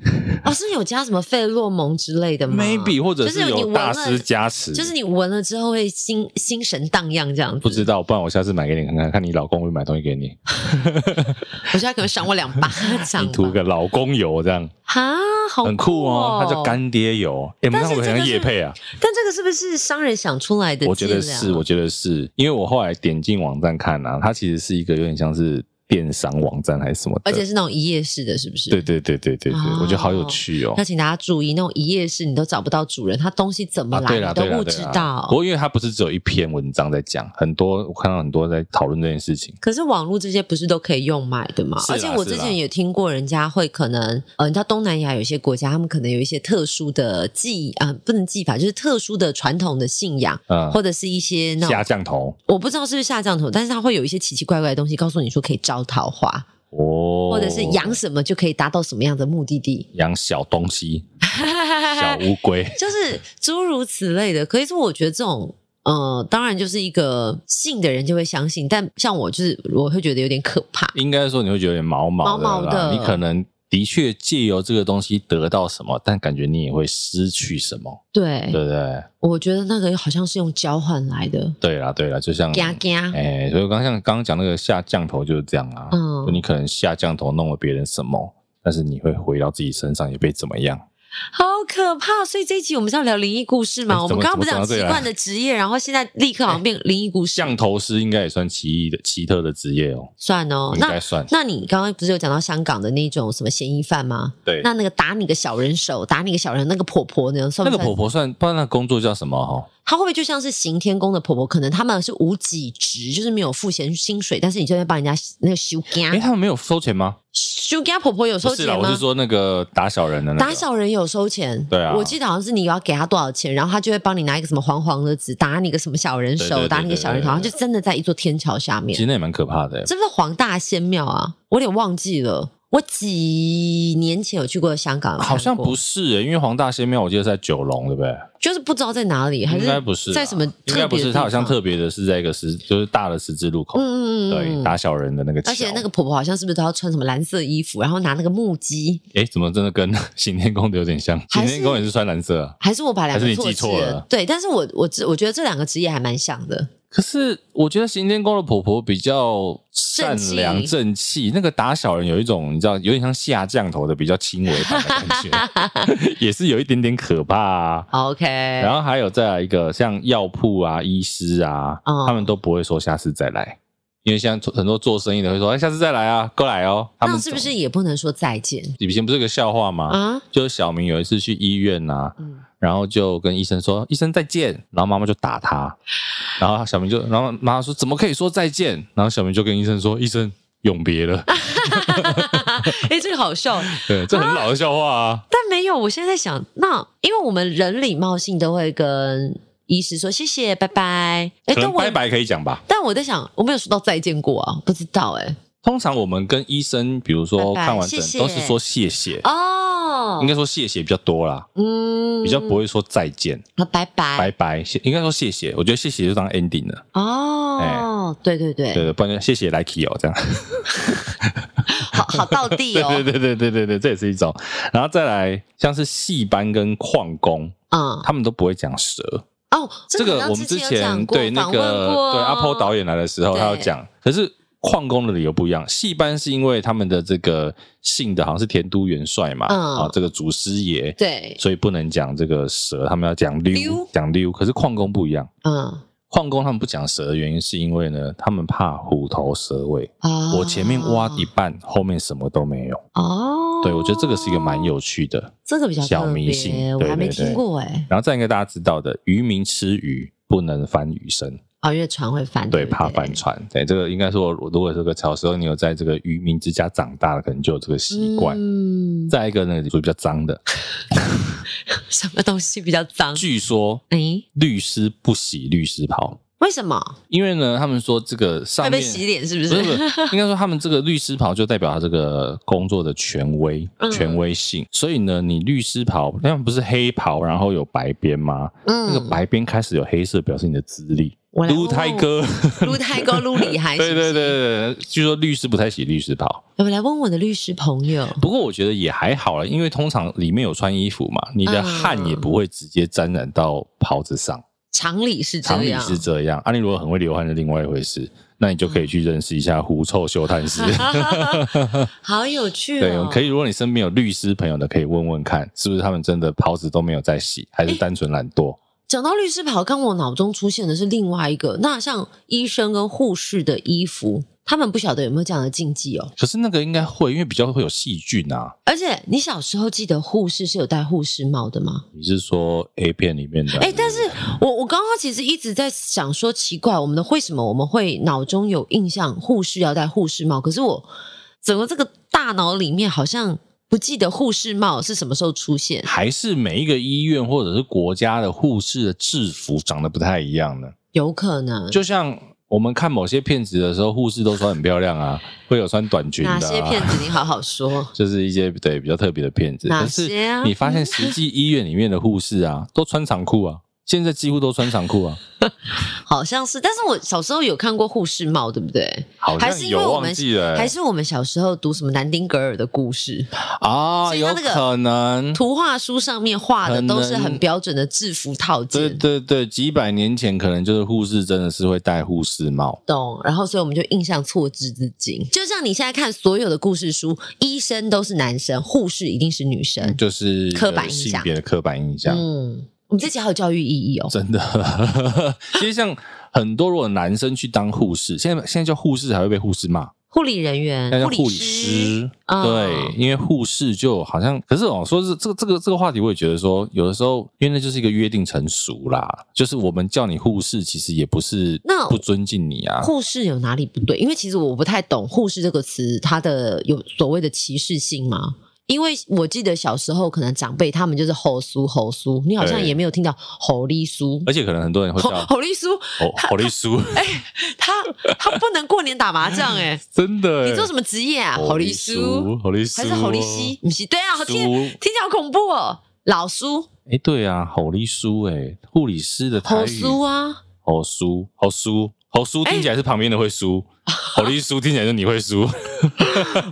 S3: 哦，是有加什么费洛蒙之类的吗
S2: ，maybe 或者
S3: 嗯就是你
S2: 有
S3: 闻
S2: 大
S3: 了
S2: 师加持，
S3: 就是你闻了之后会心心神荡漾这样子。
S2: 不知道，不然我下次买给你看看，看你老公会买东西给你，
S3: 我觉得他可能赏我两巴掌 吧。
S2: 你涂个老公油这样，
S3: 哈，好
S2: 很
S3: 酷
S2: 酷哦，它叫。干爹油，哎，
S3: 但
S2: 那
S3: 是
S2: 我们
S3: 这
S2: 很像
S3: 个是
S2: 叶配啊，
S3: 但这个是不是商人想出来的？啊
S2: 我觉得是，我。觉得是因为我后来点进网站看啊，它其实是一个有点像是电商网站还是什么的，
S3: 而且是那种一夜式的，是不是？
S2: 对对对对对对，
S3: 哦
S2: 我觉得好有趣哦
S3: 要。请大家注意，那种一夜式你都找不到主人，他东西怎么
S2: 啊，
S3: 来、
S2: 对
S3: 你
S2: 啦，
S3: 都
S2: 对啦，
S3: 不
S2: 对
S3: 知
S2: 啦
S3: 道
S2: 不。过因为它不是只有一篇文章在讲，很多我看到很多在讨论这件事情。
S3: 可是网络这些不是都可以用买的吗？
S2: 是啦
S3: 而且我之
S2: 是啦
S3: 前也听过人家会可能，呃，你知道东南亚有些国家，他们可能有一些特殊的技，呃，不能技法，就是特殊的传统的信仰，
S2: 嗯，
S3: 或者是一些那
S2: 下
S3: 种
S2: 降头
S3: 我不知道是不是下降头，但是它会有一些奇奇怪怪的东西告诉你说可以招桃花，
S2: 哦，
S3: 或者是养什么就可以达到什么样的目 的地，
S2: 养小东 西、小乌龟，
S3: 就是诸如此类的。可是我觉得这种。呃，当然就是一个信的人就会相信，但像我就是我会觉得有点可怕。
S2: 应该说你会觉得有点毛毛的啦，
S3: 毛毛的
S2: 你可能的确借由这个东西得到什么，但感觉你也会失去什么，
S3: 对，
S2: 对不对？
S3: 我觉得那个好像是用交换来的，
S2: 对啦，对啦，就像
S3: 嘎嘎，
S2: 哎、所以我刚像刚刚讲那个下降头就是这样啊，
S3: 嗯
S2: 就你可能下降头弄了别人什么，但是你会回到自己身上也被怎么样？
S3: 好可怕！所以这一集我们是要聊灵异故事
S2: 哎
S3: 吗？我
S2: 怎么
S3: 们刚刚不是
S2: 怎么
S3: 讲
S2: 讲到
S3: 奇
S2: 这哎
S3: 怪的职业，然后现在立刻好像变灵异故事，
S2: 降头师应该也算奇异的奇特的职业哦，
S3: 算哦。
S2: 应
S3: 那
S2: 该算。
S3: 那你刚刚不是有讲到香港的那种什么嫌疑犯吗？
S2: 对，
S3: 那那个打你个小人手，打你个小人，那个婆婆呢？算
S2: 那
S3: 不
S2: 个
S3: 算？
S2: 婆婆算不知道那工作叫什么哈、
S3: 她会不会就像是刑天宫的婆婆？可能他们是无给职，就是没有付钱薪水，但是你就在帮人家那个修家
S2: 哎、他们没有收钱吗？
S3: 修家婆婆有
S2: 不
S3: 收
S2: 是
S3: 钱
S2: 啦，
S3: 吗？
S2: 我是说那个打小人的那个。
S3: 打小人有收钱，
S2: 对啊
S3: 我记得好像是你要给他多少钱，然后他就会帮你拿一个什么黄黄的纸打你个什么小人
S2: 对对对
S3: 手，打你个小人头，然后就真的在一座天桥下
S2: 其
S3: 面
S2: 实，那也蛮可怕的、
S3: 是不是黄大仙庙啊？我有点忘记了，我几年前有去过香港，
S2: 好像不
S3: 是，
S2: 是、欸因为黄大仙庙我记得在九龙，对不对？
S3: 就是不知道在哪里，还
S2: 应该不是啦，啊
S3: 在什么
S2: 应该
S3: 特
S2: 不是，
S3: 别的地方，
S2: 它好像特别的是在一个十，就是大的十字路口，
S3: 嗯嗯嗯
S2: 对，
S3: 嗯，
S2: 打小人的那个桥。
S3: 而且那个婆婆好像是不是都要穿什么蓝色衣服，然后拿那个木屐，
S2: 哎，怎么真的跟 行天宫的有点像？行
S3: 还是
S2: 天宫也是穿蓝色、啊，
S3: 还是我把
S2: 还
S3: 两
S2: 是
S3: 个
S2: 你记
S3: 错
S2: 错
S3: 字
S2: 了
S3: 对，但是我我只我觉得这两个职业还蛮像的，
S2: 可是我觉得行天宫的婆婆比较善良正
S3: 正
S2: 气
S3: 气，
S2: 那个打小人有一种你知道，有点像下降头的比较轻微版的感 觉，也是有一点点可怕啊。
S3: OK，
S2: 然后还有再来一个像药铺啊、医师啊，
S3: 嗯
S2: 他们都不会说下次再来，因为像很多做生意的会说，哎，下次再来啊，过来哦。他
S3: 那
S2: 们
S3: 是不
S2: 总
S3: 是？也不能说再见
S2: 以前不是有个笑话吗？
S3: 啊？
S2: 就是小明有一次去医院呐、啊，
S3: 嗯
S2: 然后就跟医生说：“医生再见。”然后妈妈就打他，然后小明就，然后妈妈说：“怎么可以说再见？”然后小明就跟医生说：“医生，永别 了。
S3: 哎、这个好笑，”
S2: 对，这很老的笑话啊。
S3: 但没有。我现在在想，那因为我们人礼貌性都会跟医师说谢谢，拜拜。哎、
S2: 可
S3: 但
S2: 能
S3: 我
S2: 拜拜可以讲吧。
S3: 但我在想，我没有说到再见过啊，不知道哎、
S2: 通常我们跟医生，比如说
S3: 拜拜
S2: 看完诊
S3: 谢，谢
S2: 都是说谢谢，
S3: 哦
S2: 应，该说谢谢比较多啦，
S3: 嗯
S2: 比较不会说再见、
S3: 啊，拜拜
S2: 拜拜，谢应该说谢谢。我觉得谢谢就当 ending 了，
S3: 哦，对对对，
S2: 哎对对，不然就谢谢 like 哦这样。
S3: 好好到地哦，
S2: 对对对对对对，这也是一种。然后再来，像是戏班跟矿工，
S3: 嗯，
S2: 他们都不会讲蛇。
S3: 哦，
S2: 这
S3: 个
S2: 个
S3: 好像
S2: 我们之
S3: 有
S2: 前
S3: 讲过
S2: 对那
S3: 访问
S2: 个
S3: 过
S2: 对阿
S3: 哦
S2: 坡导演来的时候，
S3: 对
S2: 他有讲，可是矿工的理由不一样，戏班是因为他们的这个姓的好像是田都元帅嘛，
S3: 嗯
S2: 啊，这个祖师爷，
S3: 对，
S2: 所以不能讲这个蛇，他们要讲溜
S3: 溜，
S2: 讲溜。可是矿工不一样，
S3: 嗯
S2: 矿工他们不讲蛇的原因是因为呢，他们怕虎头蛇尾。
S3: 啊，
S2: 我前面挖一半，后面什么都没有。
S3: 哦，
S2: 对，我觉得这个是一个蛮有趣的。
S3: 这个比较
S2: 小
S3: 特
S2: 迷
S3: 别
S2: 信
S3: 我
S2: 对
S3: 还没
S2: 对对
S3: 听过哎，
S2: 然后再一个大家知道的，渔民吃鱼不能翻鱼身，
S3: 啊，因为船会翻，
S2: 对，
S3: 不
S2: 怕翻船。对，这个应该说，如果这个小时候你有在这个渔民之家长大的，可能就有这个习惯。
S3: 嗯，
S2: 再一个呢，就比较脏的，
S3: 什么东西比较脏？
S2: 据说
S3: 诶，
S2: 律师不洗律师袍，
S3: 为什么
S2: 因为呢，他们说这个上
S3: 会
S2: 面
S3: 被洗脸？是不
S2: 不
S3: 是？
S2: 是不是，应该说他们这个律师袍就代表他这个工作的权威、
S3: 嗯
S2: 权威性。所以呢，你律师袍那不是黑袍，然后有白边吗？那个
S3: 嗯，
S2: 白边开始有黑色，表示你的资历。
S3: 我来
S2: 撸胎哥，
S3: 撸太高撸 里还
S2: 对对对
S3: 是不是，
S2: 对，对据说律师不太洗律师袍，
S3: 我来问我的律师朋友，
S2: 不过我觉得也还好了，因为通常里面有穿衣服嘛，你的
S3: 嗯
S2: 汗也不会直接沾染到袍子上。
S3: 常理是这
S2: 常理
S3: 样，
S2: 是这样，啊，你如果很会流汗是另外一回事，那你就可以去认识一下狐臭休探师。
S3: 好有趣
S2: 对
S3: 哦，，
S2: 可以。如果你身边有律师朋友的，可以问问看，是不是他们真的袍子都没有在洗，还是单纯懒惰？
S3: 讲到律师袍，刚我脑中出现的是另外一个，那像医生跟护士的衣服，他们不晓得有没有这样的禁忌哦。
S2: 可是那个应该会，因为比较会有细菌啊。
S3: 而且你小时候记得护士是有戴护士帽的吗？
S2: 你是说 A 片里面的？
S3: 哎、但是我我刚刚其实一直在想说，奇怪，我们的为什么我们会脑中有印象护士要戴护士帽？可是我整个这个大脑里面好像不记得护士帽是什么时候出现。
S2: 还是每一个医院或者是国家的护士的制服长得不太一样呢？
S3: 有可能
S2: 就像我们看某些片子的时候，护士都穿很漂亮 啊，会有穿短裙的、啊。。
S3: 哪些骗子？你好好说
S2: 就是一些对比较特别的片子。
S3: 哪
S2: 可是
S3: 些啊
S2: 你发现实际医院里面的护士啊，都穿长裤啊，现在几乎都穿长裤啊，
S3: 好像是，但是我小时候有看过护士帽，对不对？
S2: 好
S3: 还
S2: 像
S3: 是因为
S2: 有
S3: 我
S2: 忘
S3: 们
S2: 记了、欸
S3: 还是我们小时候读什么南丁格尔的故事，
S2: 啊，
S3: 所以
S2: 有
S3: 他那个
S2: 可能。
S3: 图画书上面画的都是很标准的制服套
S2: 对
S3: 件，
S2: 对对，几百年前可能就是护士真的是会戴护士帽，
S3: 懂？然后所以我们就印象错置至今。就像你现在看所有的故事书，医生都是男生，护士一定是女
S2: 嗯
S3: 生。
S2: 就是一个
S3: 嗯刻板印
S2: 性
S3: 象
S2: 别的刻板印象。
S3: 嗯，我们这集好有教育意义哦。
S2: 真的， 其实像很多如果男生去当护士，现在现在叫护士还会被护士骂，
S3: 护理人员
S2: 那、叫
S3: 嗯护
S2: 护理
S3: 师，
S2: 师，
S3: 嗯
S2: 对，因为护士就好像，可是哦，说是这个这个这个话题，我也觉得说，有的时候因为那就是一个约定成熟啦，就是我们叫你护士，其实也不是
S3: 那
S2: 不尊敬你啊，
S3: 护士有哪里不对？因为其实我不太懂“护士”这个词，它的有所谓的歧视性吗？因为我记得小时候，可能长辈他们就是吼苏吼苏，你好像
S2: 对
S3: 也没有听到吼丽苏，
S2: 而且可能很多人会
S3: 吼
S2: 叫
S3: 吼丽苏，
S2: 吼吼丽叔，
S3: 他他不能过年打麻将哎、
S2: 真的欸，
S3: 你做什么职业啊？吼丽苏
S2: 吼丽叔
S3: 还是吼丽西？？不是，对啊，
S2: 叔
S3: 听听起来好恐怖哦，老苏
S2: 哎，对啊，吼丽叔，哎，护理师的台
S3: 吼
S2: 语，
S3: 苏啊，
S2: 吼叔，吼叔，吼叔听起来是旁边的会输，吼丽叔听起来就你会输。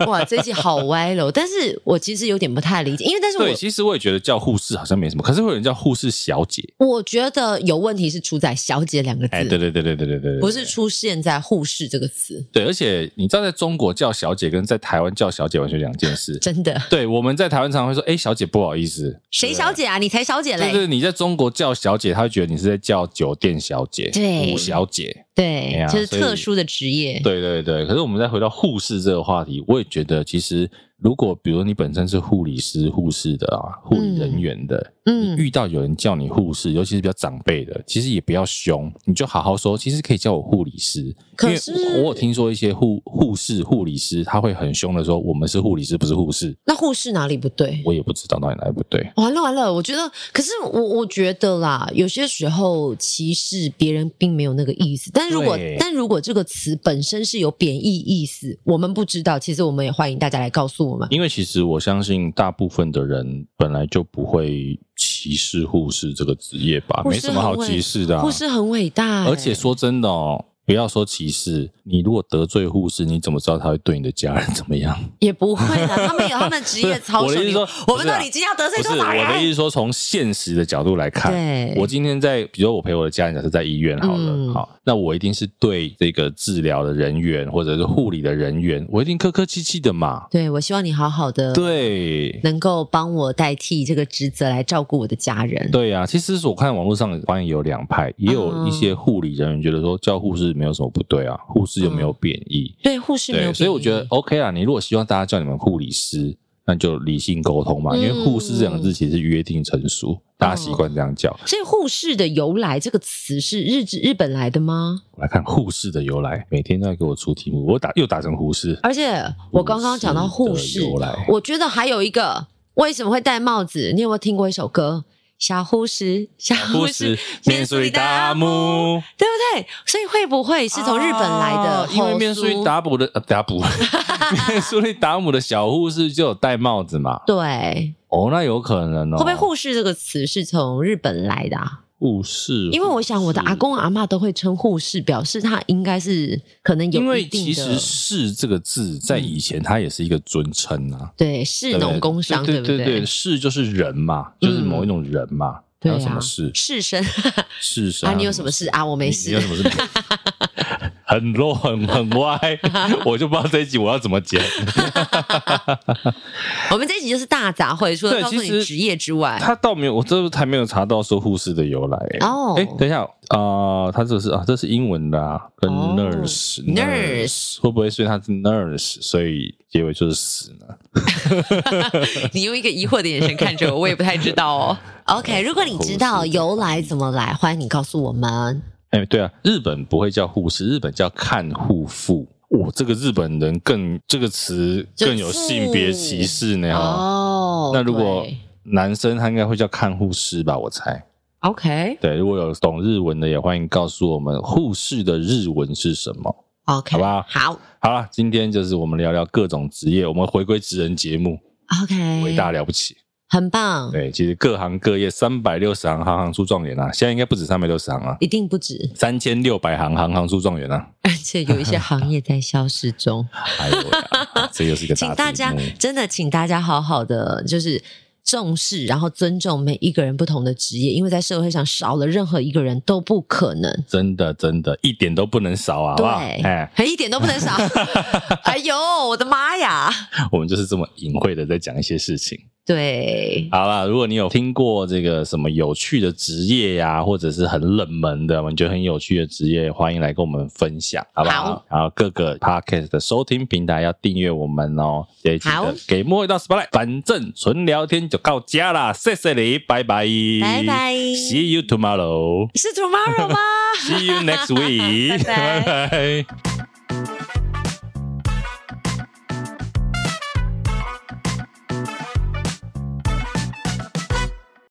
S3: 哇，这一集好歪了。但是我其实有点不太理解，因为但是我
S2: 对，其实我也觉得叫护士好像没什么，可是会有人叫护士小姐。
S3: 我觉得有问题是出在“小姐”两个字，
S2: 哎，对对对对对对对，对
S3: 不是出现在“护士”这个词，
S2: 对，而且你知道，在中国叫小姐跟在台湾叫小姐完全两件事。
S3: 真的。
S2: 对，我们在台湾常常会说，哎，小姐不好意思，
S3: 谁小姐啊？你才小姐
S2: 对
S3: 嘞！
S2: 对，你在中国叫小姐，她会觉得你是在叫酒店小姐、
S3: 对
S2: 舞小姐。
S3: 对
S2: 哎呀
S3: 就是
S2: 所以
S3: 特殊的职业。
S2: 对对对，可是我们再回到护士这个话题，我也觉得，其实如果比如你本身是护理师、护士的啊，护理人员的，你
S3: 嗯，
S2: 遇到有人叫你护士，尤其是比较长辈的，其实也不要凶，你就好好说，其实可以叫我护理师。
S3: 可
S2: 因为
S3: 是
S2: 我我有听说一些护护士、护理师，他会很凶的说我们是护理师，不是护士。
S3: 那护士哪里不对？
S2: 我也不知道到底哪里不对。
S3: 完了完了，我觉得，可是我我觉得啦，有些时候歧视别人并没有那个意思，但如果
S2: 对
S3: 但如果这个词本身是有贬义意思，我们不知道，其实我们也欢迎大家来告诉我们。
S2: 因为其实我相信大部分的人本来就不会歧视护士这个职业吧，
S3: 护
S2: 没
S3: 士
S2: 什么好
S3: 很伟
S2: 歧视的、啊。
S3: 护士很伟大、欸
S2: 而且说真的哦，不要说歧视，你如果得罪护士，你怎么知道他会对你的家人怎么 样？
S3: 也不会 啦，他们有他们职业操
S2: 我
S3: 守。
S2: 的意思
S3: 你
S2: 说，
S3: 我
S2: 不
S3: 们
S2: 是啊
S3: 到底今天要得罪
S2: 不是
S3: 多少
S2: 我的意
S3: 人？
S2: 思说，从现实的角度来看，
S3: 对，
S2: 我今天在，比如说我陪我的家人，假设在医院好了，
S3: 嗯
S2: 好，那我一定是对这个治疗的人员或者是护理的人员，我一定客客气气的嘛。
S3: 对我希望你好好的，
S2: 对，
S3: 能够帮我代替这个职责来照顾我的家人。
S2: 对呀、其实我看网络上发现有两派，也有一些护理人员觉得说叫护士没有什么不对啊，护士又没有贬义，
S3: 对，护嗯士没有
S2: 对，
S3: 贬义，
S2: 所以我觉得哦 OK 啊啦。你如果希望大家叫你们护理师，那就理性沟通嘛，因为
S3: 嗯
S2: 护士这两个字其实是约定成熟，大家习惯这样叫。
S3: 所以护士的由来这个词是日日本来的吗？
S2: 我来看护士的由来，每天都要给我出题目，我打又打成护士。
S3: 而且我刚刚讲到护士
S2: 的，由来，
S3: 我觉得还有一个为什么会戴帽子？你有没有听过一首歌？小护士，小 护士，
S2: 面水达，姆
S3: 对不对？所以会不会是从日本来的
S2: 啊
S3: 吼苏？
S2: 因为面苏里达姆的呃达 姆，面苏里达姆的小护士就有戴帽子嘛。
S3: 对，
S2: 哦，那有可能哦。
S3: 会不会护士这个词是从日本来的啊？
S2: 护士？
S3: 因为我想我的阿公阿嬷都会称护士，表示他应该是可能有
S2: 因为
S3: 一定
S2: 其
S3: 的
S2: 实“士”这个字在以前它也是一个尊称啊，
S3: 对士
S2: 对不对
S3: 农工商，
S2: 对
S3: 不嗯
S2: 对对，士就是人嘛，就是某一种人嘛，还
S3: 对
S2: 有
S3: 啊，
S2: 什么士？
S3: 士绅
S2: 士绅
S3: 啊，你有什么事？啊？我没
S2: 你你有
S3: 事
S2: 什。么 事？很弱，很很歪， 我就不知道这一集我要怎么剪。
S3: 我们这一集就是大杂烩，除了
S2: 对，
S3: 告诉
S2: 其
S3: 你
S2: 实
S3: 职业之外，
S2: 他倒没有，我这还没有查到说护士的由来。
S3: 哦
S2: 哎，等一下啊，他这是啊，这是英文的啊，跟
S3: 哦
S2: nurse，nurse 会不会？所以他是 nurse，所以结尾就是死呢？
S3: 你用一个疑惑的眼神看着我，我也不太知道哦。OK，如 果你知道由来怎么来，欢迎你告诉我们。
S2: 哎，对啊，日本不会叫护士，日本叫看护妇。哇，这个日本人更这个词更有性别歧视呢哦。
S3: 哦，
S2: 那如果
S3: 对
S2: 男生他应该会叫看护师吧，我猜。
S3: OK
S2: 对，如果有懂日文的，也欢迎告诉我们护士的日文是什么。
S3: OK，
S2: 好吧
S3: 好
S2: 好了，今天就是我们聊聊各种职业，我们回归职人节目，
S3: OK，
S2: 伟大了不起。
S3: 很棒，
S2: 对，其实各行各业三百六十行，行行出状元啊！现在应该不止三百六十行啊，
S3: 一定不止，
S2: 三千六百行，行行出状元啊！
S3: 而且有一些行业在消失中，
S2: 哎呦喂啊、这又是一个
S3: 请
S2: 大
S3: 大
S2: 题嗯
S3: 家
S2: 目
S3: 真的，请大家好好的就是。重视，然后尊重每一个人不同的职业，因为在社会上少了任何一个人都不可能，
S2: 真的真的，一点都不能少啊，好
S3: 对，
S2: 不好？哎，
S3: 还一点都 不能少。哎呦，我的妈呀！
S2: 我们就是这么隐晦的在讲一些事情。
S3: 对，
S2: 好啦，如果你有听过这个什么有趣的职业呀、或者是很冷门的，你觉得很有趣的职业，欢迎来跟我们分享，好不好？
S3: 好
S2: 然后各个 podcast 的收听平台要订阅我们哦。这一集
S3: 好
S2: 的给莫一道 spotlight，反正纯聊天就到家啦，谢谢你，拜拜，
S3: 拜拜
S2: ，see you tomorrow，see
S3: 是 tomorrow 吗？
S2: you next week，
S3: 拜
S2: 拜
S3: 拜
S2: 拜